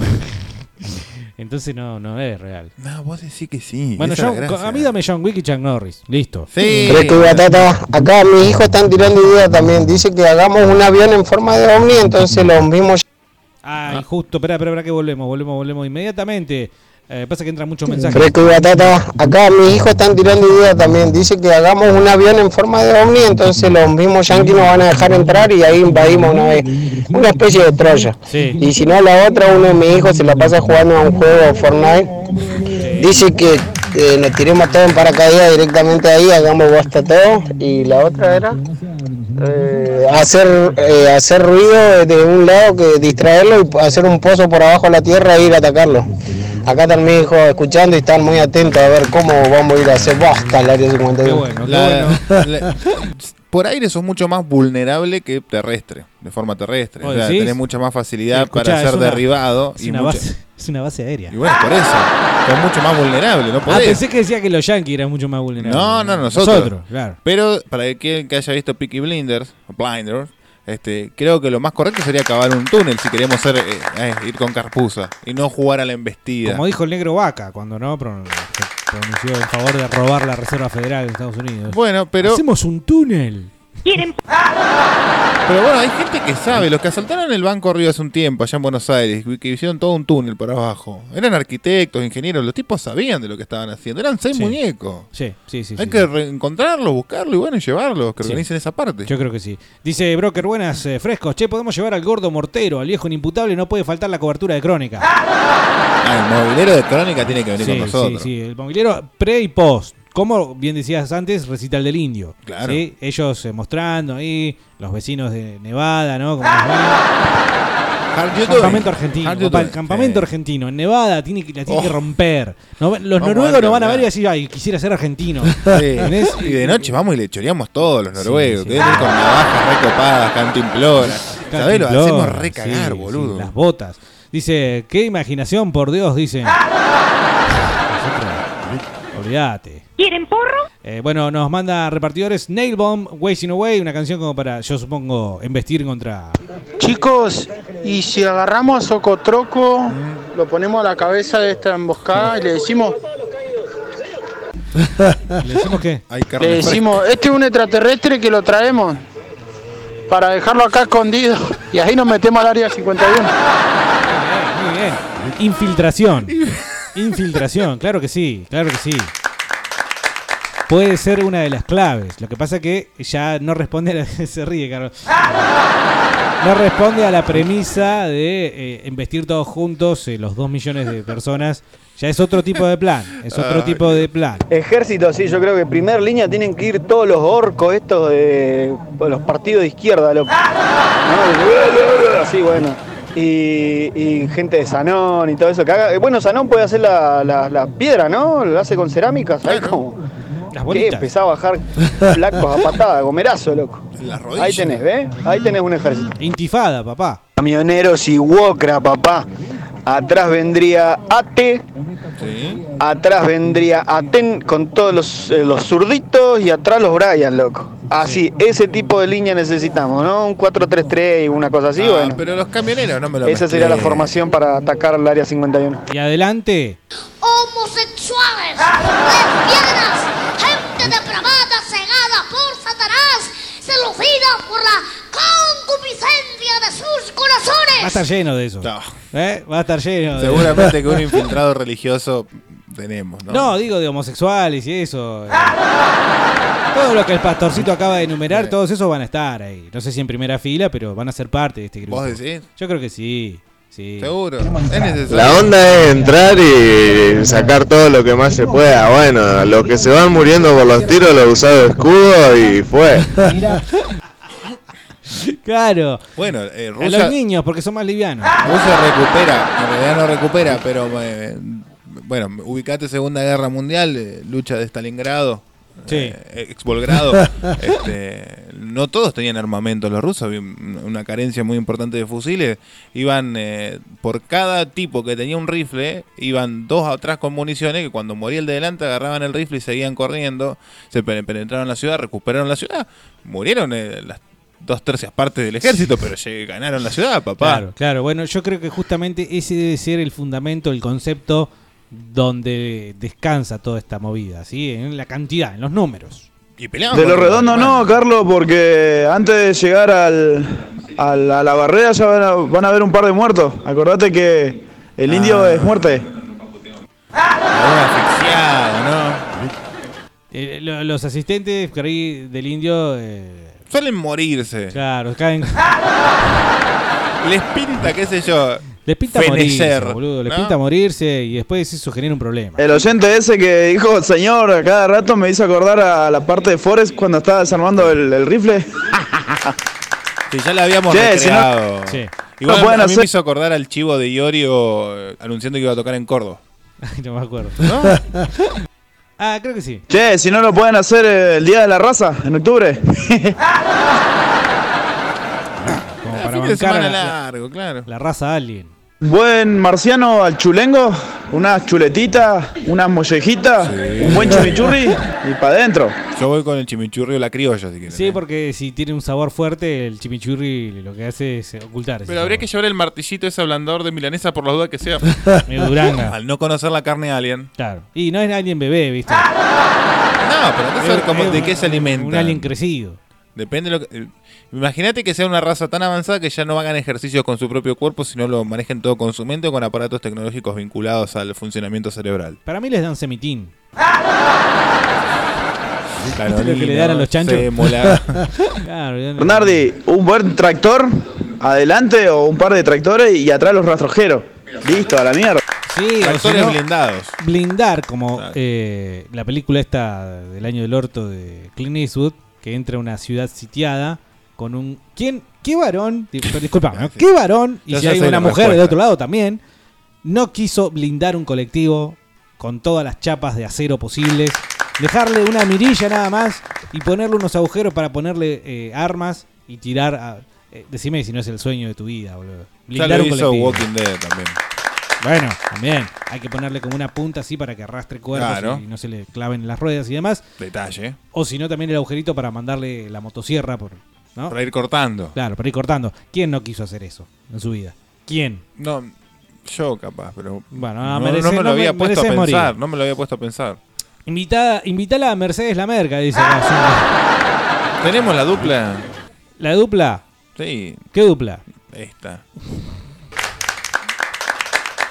C: Entonces no, no es real.
B: No, vos decís que sí.
C: Bueno,
B: esa es la
C: John-
B: gracia.
C: a mí dame John Wick y Chuck Norris. Listo.
B: Sí.
N: Reco y Batata, acá mis hijos están tirando ideas también. Dice que hagamos un avión en forma de ovni, entonces los mismos
C: Ay,
B: Ah.
C: justo, espera, espera, que volvemos, volvemos, volvemos inmediatamente. Eh, pasa que entran muchos mensajes.
A: Fresco y batata, acá mis hijos están tirando ideas también. Dice que hagamos un avión en forma de ovni, entonces los mismos yanquis nos van a dejar entrar y ahí invadimos una vez. Una especie de Troya. Y si no, la otra, uno de mis hijos se la pasa jugando a un juego Fortnite. Dice que eh, nos tiremos todo en paracaídas directamente ahí, hagamos bosta todo. Y la otra era eh, hacer, eh, hacer ruido de un lado, que distraerlo y hacer un pozo por abajo de la tierra e ir a atacarlo. Acá están mis hijos escuchando y están muy atentos a ver cómo vamos a ir a hacer bosta al área 51.
B: La- *laughs* la- por aire sos mucho más vulnerable que terrestre, de forma terrestre.
C: ¿Vos
B: O sea,
C: decís?
B: tenés mucha más facilidad
C: Escuchá,
B: para
C: es
B: ser
C: una-
B: derribado.
C: Es
B: y
C: una,
B: mucha-
C: base, *laughs* es una base aérea.
B: Y bueno, por eso. Sos mucho más vulnerable, no
C: Ah,
B: podés.
C: pensé que decía que los yankees eran mucho más vulnerables.
B: No, no, nosotros.
C: claro.
B: Pero para aquel que haya visto Peaky Blinders, o Blinders, este, creo que lo más correcto sería cavar un túnel si queremos ser, eh, eh, ir con carpuza y no jugar a la embestida.
C: Como dijo el negro Vaca cuando no Pro- se pronunció en favor de robar la Reserva Federal de Estados Unidos.
B: Bueno, pero-
C: Hacemos un túnel.
B: Pero bueno, hay gente que sabe, los que asaltaron el Banco Río hace un tiempo, allá en Buenos Aires, que hicieron todo un túnel para abajo. Eran arquitectos, ingenieros, los tipos sabían de lo que estaban haciendo. Eran seis
C: Sí.
B: muñecos.
C: Sí, sí, sí.
B: hay
C: sí.
B: que reencontrarlos, buscarlos y bueno, y llevarlos, que
C: Sí.
B: organicen esa parte.
C: Yo creo que sí. Dice Broker, buenas, eh, frescos. Che, podemos llevar al gordo mortero, al viejo inimputable, no puede faltar la cobertura de crónica.
B: Ah, el movilero de crónica tiene que venir
C: Sí,
B: con nosotros.
C: Sí, sí, el mobiliario pre y post. Como bien decías antes, recital del indio. Claro. Ellos eh, mostrando ahí, los vecinos de Nevada, ¿no? Como
B: Ah,
C: nos van.
B: you doing?
C: campamento argentino.
B: How you
C: papá, el
B: doing?
C: campamento argentino en Nevada tiene que, la tiene que
B: Oh.
C: romper. No va- los
B: Vamos
C: noruegos
B: a
C: nos van a ver y
B: cambiar.
C: decir, ay, quisiera ser
B: *laughs*
C: argentino. ¿Entendés?
B: Sí. Y de noche vamos y le choreamos todos los
C: Sí,
B: noruegos,
C: sí.
B: que vienen con navajas recopadas, canto implora. ¿Sabés? Lo
C: Cantimplora,
B: hacemos recagar,
C: sí,
B: boludo.
C: sí, las botas. Dice, qué imaginación, por
B: *laughs*
C: Dios, dicen. Nosotros, Olvídate.
L: ¿Quieren porro?
C: Eh, bueno, nos manda repartidores Nailbomb, Wasting Away, una canción como para, yo supongo, embestir contra.
I: Chicos, y si agarramos a Socotroco, lo ponemos a la cabeza de esta emboscada y le decimos,
C: ¿Le decimos qué?
I: le decimos, este es un extraterrestre que lo traemos para dejarlo acá escondido *laughs* y ahí nos metemos al área 51.
C: Ah, Muy bien. Infiltración. Infiltración, claro que sí, claro que sí. Puede ser una de las claves. Lo que pasa que ya no responde a la... *laughs* Se ríe, Carlos. No responde a la premisa de eh, investir todos juntos eh, los dos millones de personas. Ya es otro tipo de plan. Es otro
J: Ay.
C: tipo de plan.
J: Ejército, sí, yo creo que primer línea tienen que ir todos los orcos estos de pues, los partidos de izquierda, loco. ¿No? Sí, bueno. Y, y gente de Sanón y todo eso. que haga- Eh, Bueno, Sanón puede hacer la, la- la piedra, ¿no? Lo hace con cerámica, ¿sabes cómo?
C: Las
J: Que empezaba a bajar flacos a patada, gomerazo, loco. Ahí tenés, ¿ves? Ahí tenés un ejército.
C: Intifada, papá.
J: Camioneros y Wokra, papá. Atrás vendría AT, atrás vendría Aten con todos los, eh, los zurditos y atrás los Brian, loco. Así, ese tipo de línea necesitamos, ¿no? Un 4-3-3 y una cosa así,
B: Ah,
J: bueno.
B: Pero los camioneros no me lo
J: Esa sería la
B: mezclé.
J: formación para atacar el área 51.
C: Y adelante.
L: homosexuales, lesbianas, gente depravada, cegada por Satanás, seducida por la concupiscencia de sus
C: Va a
L: corazones.
C: estar lleno de eso. ¿Eh? Va a estar lleno. de-
B: Seguramente
J: *laughs*
B: que un infiltrado religioso tenemos, ¿no?
C: No, digo de homosexuales y
B: *laughs*
C: eso. eh. Todo lo que el pastorcito acaba de enumerar, todos esos van a estar ahí. No sé si en primera fila, pero van a ser parte de este grupo.
B: ¿Vos decís?
C: Yo creo que sí. sí.
B: Seguro. Es necesario.
V: La onda es entrar y sacar todo lo que más se pueda. Bueno, los que se van muriendo por los tiros los usado de escudo y fue.
C: Claro.
B: Bueno, eh,
C: A
B: Rusia, Ah.
C: los niños, porque son más livianos.
B: Rusia recupera, en realidad no recupera, pero eh, bueno, ubicate Segunda Guerra Mundial, eh, lucha de Stalingrado,
C: Sí.
B: eh,
C: *laughs*
B: exvolgrado. este, no todos tenían armamento los rusos, había un- una carencia muy importante de fusiles. Iban, eh, por cada tipo que tenía un rifle, iban dos atrás con municiones, que cuando moría el de delante agarraban el rifle y seguían corriendo, se pene- penetraron la ciudad, recuperaron la ciudad, murieron eh, las dos tercias partes del ejército, pero lleg- ganaron la ciudad, papá.
C: Claro, claro. Bueno, yo creo que justamente ese debe ser el fundamento, el concepto donde descansa toda esta movida, ¿sí? En la cantidad, en los números.
B: Y peleaban
W: De lo
B: contra-
W: redondo no, Carlos, porque antes de llegar al,
J: a la, a la barrera ya van a, van a haber un par de muertos. Acordate que el indio
G: Ah.
J: es muerte.
C: Eh, lo- los asistentes por ahí del indio. eh,
B: Suelen morirse.
C: claro, caen.
B: Les pinta, qué sé yo.
C: Les pinta
B: fenecer,
C: morirse, boludo. Les
B: ¿no?
C: pinta morirse y después eso genera un problema. *laughs*
J: El oyente ese que dijo, señor, a cada rato me hizo acordar a la parte de Forrest cuando estaba desarmando el, el rifle.
B: Sí, ya la habíamos
J: Che, si no-
B: recreado.
J: Sí.
B: Igual
J: No pueden
B: a mí me
J: hacer-
B: hizo acordar al chivo de Iorio eh, anunciando que iba a tocar en Córdoba.
C: no me acuerdo. *laughs* Ah, creo que sí.
J: Che, si no lo pueden hacer eh, el Día de la Raza, en octubre.
C: Como para
B: fin de
C: bancar
B: semana
C: a la-
B: largo, claro.
C: La raza alien.
J: Buen marciano al chulengo, unas chuletitas, unas mollejitas, un buen chimichurri y para adentro.
B: Yo voy con el chimichurri o la criolla, si quieren.
C: Sí, porque si tiene un sabor fuerte, el chimichurri lo que hace es ocultar. ese
B: Pero habría que llevar el martillito ese ablandador de milanesa por la duda que sea.
C: Medio duranga.
B: *laughs* Al no conocer la carne alien.
C: Claro. Y no es alien bebé, ¿viste?
B: Ah, No, pero no saber cómo, de qué se alimenta.
C: Un alien crecido.
B: Depende de lo que. eh, Imagínate que sea una raza tan avanzada que ya no hagan ejercicios con su propio cuerpo, sino lo manejen todo con su mente o con aparatos tecnológicos vinculados al funcionamiento cerebral.
C: Para mí les
B: *laughs*
C: dan semitín.
B: Claro,
C: Lo que le dan a los chanchos. *laughs* Claro, le dan-
J: Bernardi, un buen tractor adelante o un par de tractores y atrás los rastrojeros. Listo, a la mierda.
C: Sí,
B: Tractores blindados.
C: Blindar, como eh, la película esta del año del orto de Clint Eastwood, que entra a una ciudad sitiada con un... ¿Quién? ¿Qué varón? Di- pero Disculpame,
B: *laughs*
C: ¿no? ¿qué varón? Y
B: Yo
C: si
B: ya
C: hay
B: sé
C: una
B: la
C: mujer del
B: respuesta.
C: otro lado también, no quiso blindar un colectivo con todas las chapas de acero posibles, dejarle una mirilla nada más y ponerle unos agujeros para ponerle eh, armas y tirar a... eh, decime si no es el sueño de tu vida, boludo.
B: Ya
C: Blindar
B: lo
C: un
B: hizo
C: colectivo.
B: Walking Dead también.
C: Bueno, también hay que ponerle como una punta así para que arrastre cuerpos
B: Claro.
C: y no se le claven las ruedas y demás.
B: Detalle.
C: O si no, también el agujerito para mandarle la motosierra por, ¿no?
B: Para ir cortando.
C: Claro, para ir cortando. ¿Quién no quiso hacer eso en su vida? ¿Quién?
B: No, yo capaz, pero.
C: Bueno,
B: no,
C: merece-
B: no me
C: no
B: lo había
C: me-
B: puesto a
C: mereces morir.
B: pensar. No me lo había puesto a pensar.
C: Invita, invítala a Mercedes la Merca, dice acá.
B: Tenemos la dupla.
C: ¿La dupla?
B: Sí,
C: ¿Qué dupla?
B: esta.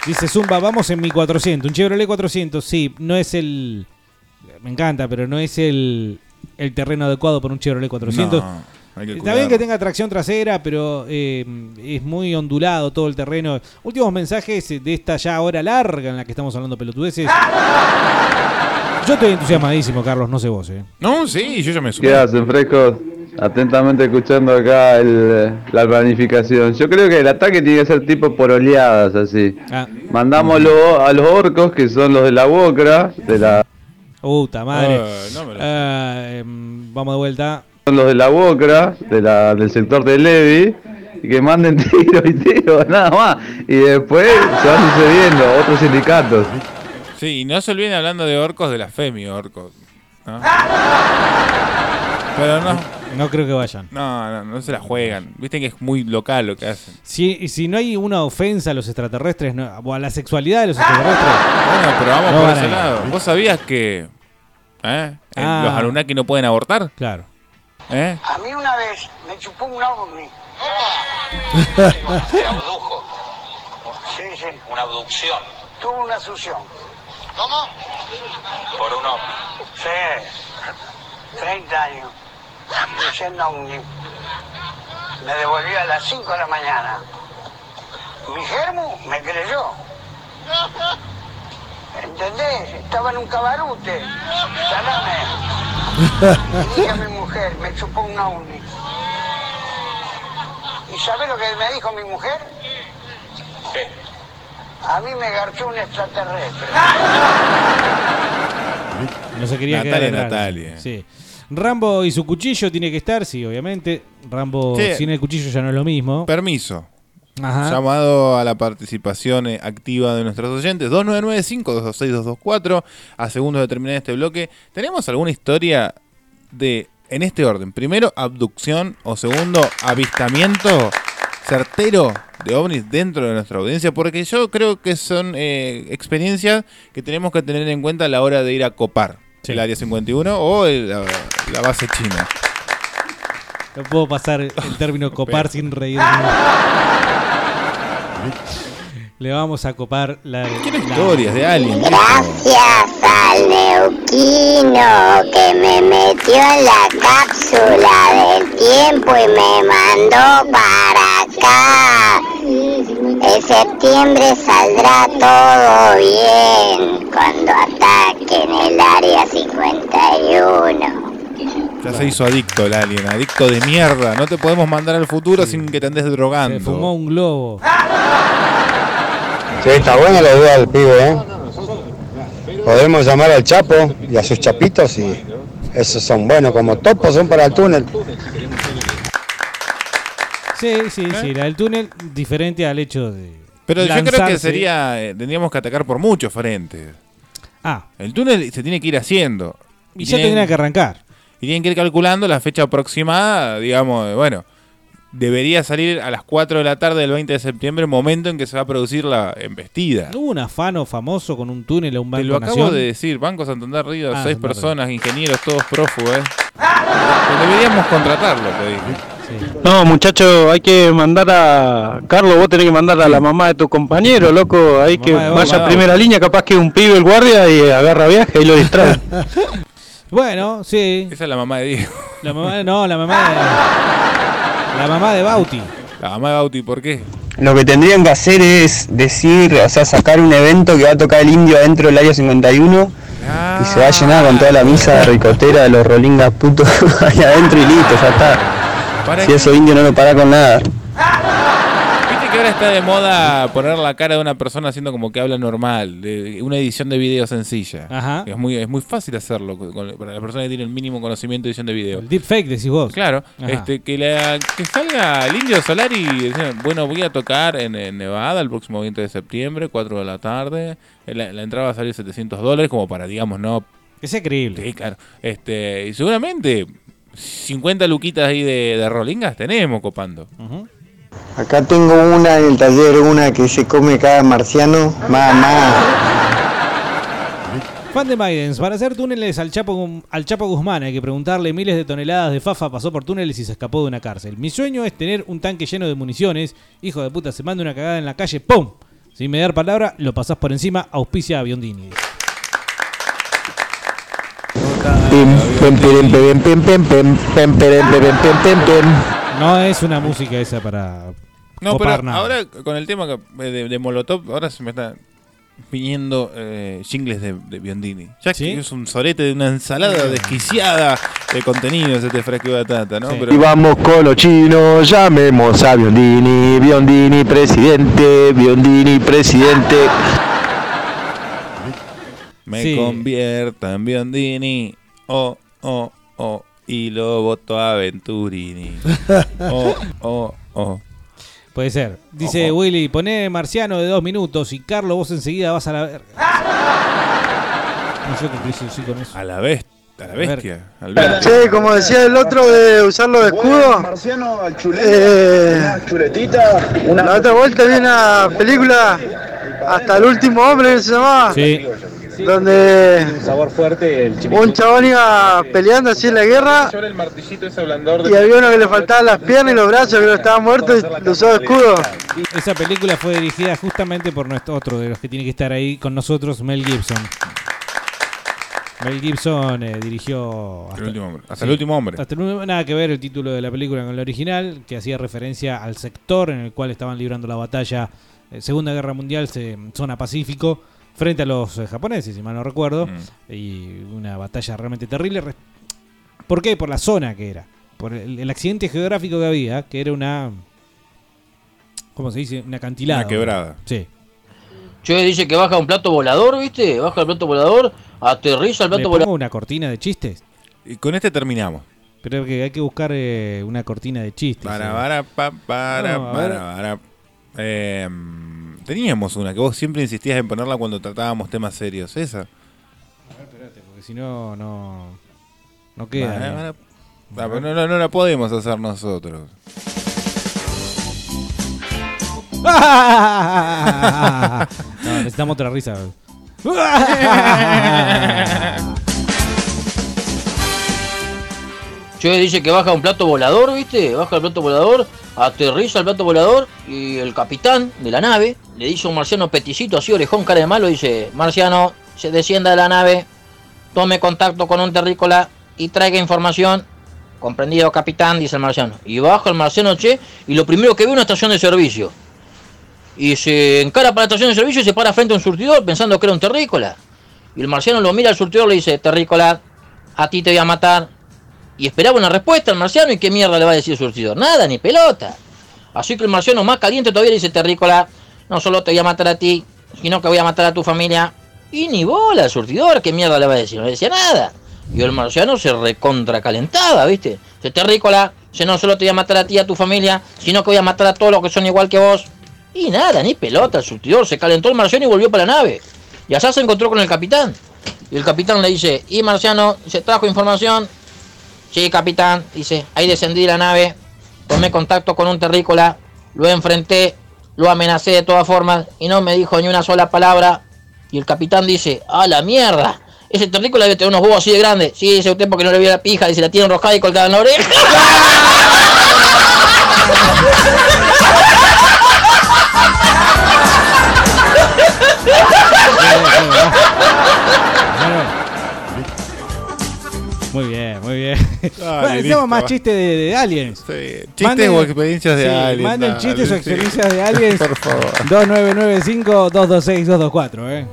C: Dice Zumba, vamos en mi 400. Un Chevrolet 400, sí, no es el... Me encanta, pero no es el, el terreno adecuado para un Chevrolet 400.
B: No, hay que
C: Está bien
B: cuidarlo.
C: que tenga tracción trasera, pero eh, es muy ondulado todo el terreno. Últimos mensajes de esta ya hora larga en la que estamos hablando pelotudeces. Yo estoy entusiasmadísimo, Carlos, no sé vos, eh.
B: No, sí, yo ya me
F: ¿Qué hacen, frescos? Atentamente escuchando acá el, la planificación. Yo creo que el ataque tiene que ser tipo por oleadas, así.
C: Ah,
F: Mandámoslo a los orcos, que son los de la Bocra, de la,
C: Puta madre.
F: Eh, no me lo-
C: Ah, em, vamos de vuelta.
F: son los de la Bocra, de la, del sector de Levi, y que manden *laughs* tiro y tiro, nada más. Y después se van sucediendo otros sindicatos.
B: Sí, y no se olviden hablando de orcos de la Femi, orcos. ¿no? Pero no,
C: No creo que vayan.
B: no, no, no se la juegan. Viste que es muy local lo que hacen.
C: Si, si no hay una ofensa a los extraterrestres, no- o a la sexualidad de los extraterrestres.
B: Bueno, pero vamos
C: No
B: por
C: van a
B: ese
C: ir.
B: lado. ¿Vos sabías que eh, en-
C: Ah.
B: los Anunnaki no pueden abortar?
C: Claro.
B: ¿Eh?
L: A mí una vez me chupó un *laughs* ovni.
M: Se abdujo.
L: Sí, sí.
M: Una abducción
L: Tuve una succión. ¿Cómo?
M: por un hombre.
L: Sí. 30 años. Yendo ovni. Me devolví a las 5 de la mañana. Mi germo me creyó. ¿Entendés? Estaba en un cabarute. Salame. Dije a mi mujer, me chupó un ovni. ¿Y sabés lo que me dijo mi mujer? A mí me garchó un extraterrestre.
C: No se quería
B: Natalia,
C: quedar atrás.
B: Natalia.
C: Sí. Rambo y su cuchillo tiene que estar, sí, obviamente. Rambo
B: Sí.
C: sin el cuchillo ya no es lo mismo.
B: Permiso.
C: Ajá.
B: Llamado a la participación eh, activa de nuestros oyentes. 2995-226-224. A segundos de terminar este bloque. ¿Tenemos alguna historia de, en este orden? Primero, abducción. O segundo, avistamiento certero de ovnis dentro de nuestra audiencia. Porque yo creo que son eh, experiencias que tenemos que tener en cuenta a la hora de ir a copar el área 51 o el- la- la base china.
C: No puedo pasar el
B: *laughs*
C: término copar sin reír. Le vamos a copar la. Quiero
B: historias de alguien.
L: Gracias al neuquino que me metió en la cápsula del tiempo y me mandó para acá. En septiembre saldrá todo bien cuando ataquen el área 51.
B: Ya se hizo adicto el alien, adicto de mierda. No te podemos mandar al futuro sin que te andes drogando.
C: fumó un globo.
N: Sí, está buena la idea del pibe, ¿eh? Podemos llamar al Chapo y a sus chapitos y esos son buenos como topos, son para el túnel.
C: Sí, sí, sí. La del túnel, diferente al hecho de.
B: ¿Eh? Pero yo creo que
C: lanzarse.
B: sería. eh, Tendríamos que atacar por muchos frentes.
C: Ah.
B: El túnel se tiene que ir haciendo.
C: Y ya tendría que arrancar.
B: Y tienen que ir calculando la fecha aproximada, digamos, de, bueno. Debería salir a las 4 de la tarde del 20 de septiembre, momento en que se va a producir la embestida.
C: ¿No hubo un afano famoso con un túnel a un
B: Te
C: banco
B: lo acabo
C: Nación?
B: de decir, Banco Santander Río,
C: Ah,
B: seis
C: Santander.
B: personas, ingenieros, todos prófugos. ¿eh? Deberíamos contratarlo, te
C: *laughs*
B: dije.
J: No, muchacho, hay que mandar a. Carlos, vos tenés que mandar a la mamá de tu compañero, loco. Hay que
C: de vos,
J: vaya
C: mamá
J: a
C: de
J: primera línea, capaz que un pibe el guardia y agarra viaje y lo
C: *laughs*
J: distrae.
C: Bueno, sí.
B: Esa es la mamá de Diego.
C: La mamá, no, la mamá de. La mamá de Bauti.
B: La mamá de Bauti, ¿por qué?
E: Lo que tendrían que hacer es decir, o sea, sacar un evento que va a tocar el indio adentro del área 51 y se va a llenar con toda la misa de ricotera de los rolingas putos *laughs* ahí adentro y listo, ya está.
B: Para
E: Si eso indio no lo para con nada.
B: Viste que ahora está de moda poner la cara de una persona haciendo como que habla normal, de una edición de video sencilla.
C: Ajá.
B: Es muy, es muy fácil hacerlo con- con- para la persona que tiene el mínimo conocimiento de edición de video.
C: El deepfake, decís vos.
B: Claro,
C: Ajá.
B: este, que, la, que salga el indio solar y decir, bueno, voy a tocar en, en Nevada el próximo 20 de septiembre, 4 de la tarde. La, la entrada va a salir 700 dólares, como para, digamos, no.
C: Es increíble.
B: Sí, claro. Este, y seguramente 50 luquitas ahí de, de rolingas tenemos copando.
C: Mm.
N: Acá tengo una en el taller, una que se come cada marciano. Mamá.
C: Fan de Maidens, para hacer túneles al Chapo, Gum- al Chapo Guzmán hay que preguntarle miles de toneladas de fafa pasó por túneles y se escapó de una cárcel. Mi sueño es tener un tanque lleno de municiones. Hijo de puta, se manda una cagada en la calle, ¡pum! Sin mediar palabra, lo pasás por encima, auspicia a Biondini. No es una música esa para
B: No,
C: copar
B: pero
C: nada.
B: ahora con el tema que- eh, de, de Molotov, ahora se me están viniendo eh, jingles de, de Biondini. Ya
C: ¿Sí? Mm.
B: que es un sorete de una ensalada desquiciada de contenidos este fresco de batata, ¿no? Pero
P: Y vamos con los chinos, llamemos a Biondini, Biondini presidente, Biondini presidente.
B: me
P: Sí.
B: convierta en Biondini. Oh, oh, oh. Y lo voto a
C: *laughs*
B: Venturini. Oh, oh, oh.
C: Puede ser. Dice Willy, poné Marciano de dos minutos y Carlos vos enseguida vas a la verga. *laughs* No sé qué quise decir con eso.
B: A la bestia. A la bestia. Al bestia.
R: Che, como decía el otro de usarlo de escudo. eh, la otra vuelta vi una película hasta el último hombre que se llamaba.
C: Sí.
R: Donde
K: sabor fuerte, el
R: un chabón iba peleando así en la guerra
K: el martillito ese ablandador
R: y había uno que le faltaban las piernas y los brazos que no estaba muerto y lo usó de escudo.
C: Esa película fue dirigida justamente por nuestro otro de los que tiene que estar ahí con nosotros, Mel Gibson. Mel Gibson eh, dirigió hasta,
B: último hombre. Hasta el último hombre.
C: Hasta el último- nada que ver el título de la película con el original, que hacía referencia al sector en el cual estaban librando la batalla eh, Segunda Guerra Mundial, se- zona Pacífico, frente a los eh, japoneses, si mal no recuerdo,
B: Mm.
C: y una batalla realmente terrible. Re- ¿Por qué? Por la zona que era, por el, el accidente geográfico que había, que era una, ¿cómo se dice? Una acantilada.
B: Una quebrada.
C: Sí.
W: Che, dice que baja un plato volador, ¿viste? Baja el plato volador, aterriza el
C: ¿Le
W: plato
C: pongo
W: volador.
C: una cortina de chistes?
B: Y con este terminamos.
C: Pero que hay que buscar eh, una cortina de chistes.
B: Para,
C: eh.
B: para, pa, para,
C: No, a
B: para,
C: ver.
B: para. Eh, teníamos una que vos siempre insistías en ponerla cuando tratábamos temas serios. Esa.
C: Porque si no, no, no
B: Para, para.
C: queda. eh.
B: Ah, pero no, no, no la podemos hacer nosotros. *laughs*
C: *laughs* No, necesitamos otra risa.
W: Yo dice que baja un plato volador, ¿viste? Baja el plato volador, aterriza el plato volador y el capitán de la nave le dice a un marciano peticito así, orejón, cara de malo, dice, marciano, se descienda de la nave, tome contacto con un terrícola y traiga información. Comprendido, capitán, dice el marciano. Y baja el marciano, che, y lo primero que ve es una estación de servicio. Y se encara para la estación de servicio y se para frente a un surtidor pensando que era un terrícola. Y el marciano lo mira al surtidor y le dice, terrícola, a ti te voy a matar. Y esperaba una respuesta al marciano y qué mierda le va a decir el surtidor. Nada, ni pelota. Así que el marciano más caliente todavía le dice, terrícola, no solo te voy a matar a ti, sino que voy a matar a tu familia. Y ni bola, el surtidor, qué mierda le va a decir. No le decía nada. Y el marciano se recontracalentaba, ¿viste? Se terrícola, si no solo te voy a matar a ti y a tu familia, sino que voy a matar a todos los que son igual que vos. Y nada, ni pelota, el surtidor. Se calentó el marciano y volvió para la nave. Y allá se encontró con el capitán. Y el capitán le dice, y marciano, se trajo información. Sí, capitán, dice, ahí descendí de la nave, tomé contacto con un terrícola, lo enfrenté, lo amenacé de todas formas y no me dijo ni una sola palabra. Y el capitán dice, a la mierda, ese terrícola debe tener unos huevos así de grandes. Sí, dice usted porque no le vio la pija, dice, la tiene enroscada y colgada en la oreja.
C: Muy bien, muy bien.
B: Ah,
C: bueno,
B: listo,
C: necesitamos más
B: va.
C: chistes de, de aliens.
B: Chistes
C: Manden-
B: o experiencias de
C: sí,
B: aliens.
C: Manden
B: dale,
C: chistes
B: sí.
C: o experiencias de aliens.
B: *laughs* Por favor.
C: 2995-226-224, eh.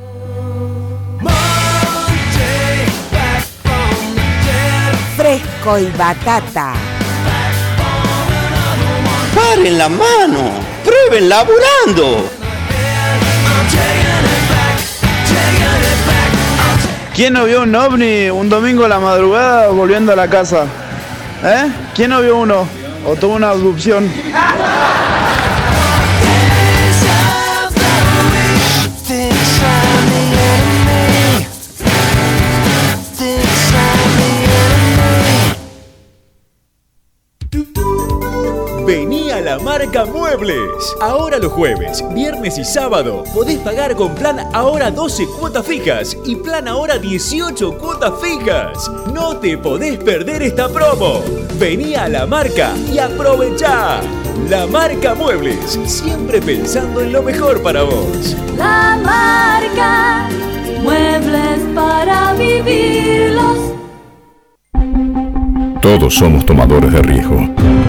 G: Fresco y batata.
H: ¡Paren la mano! ¡Prueben laburando!
R: ¿Quién no vio un ovni un domingo a la madrugada volviendo a la casa? ¿Eh? ¿Quién no vio uno? ¿O tuvo una abducción?
O: Vení a la marca Muebles. Ahora los jueves, viernes y sábado podés pagar con plan ahora 12 cuotas fijas y plan ahora 18 cuotas fijas. No te podés perder esta promo. Vení a la marca y aprovechá. La marca Muebles, siempre pensando en lo mejor para vos.
X: La marca Muebles para vivirlos.
Y: Todos somos tomadores de riesgo.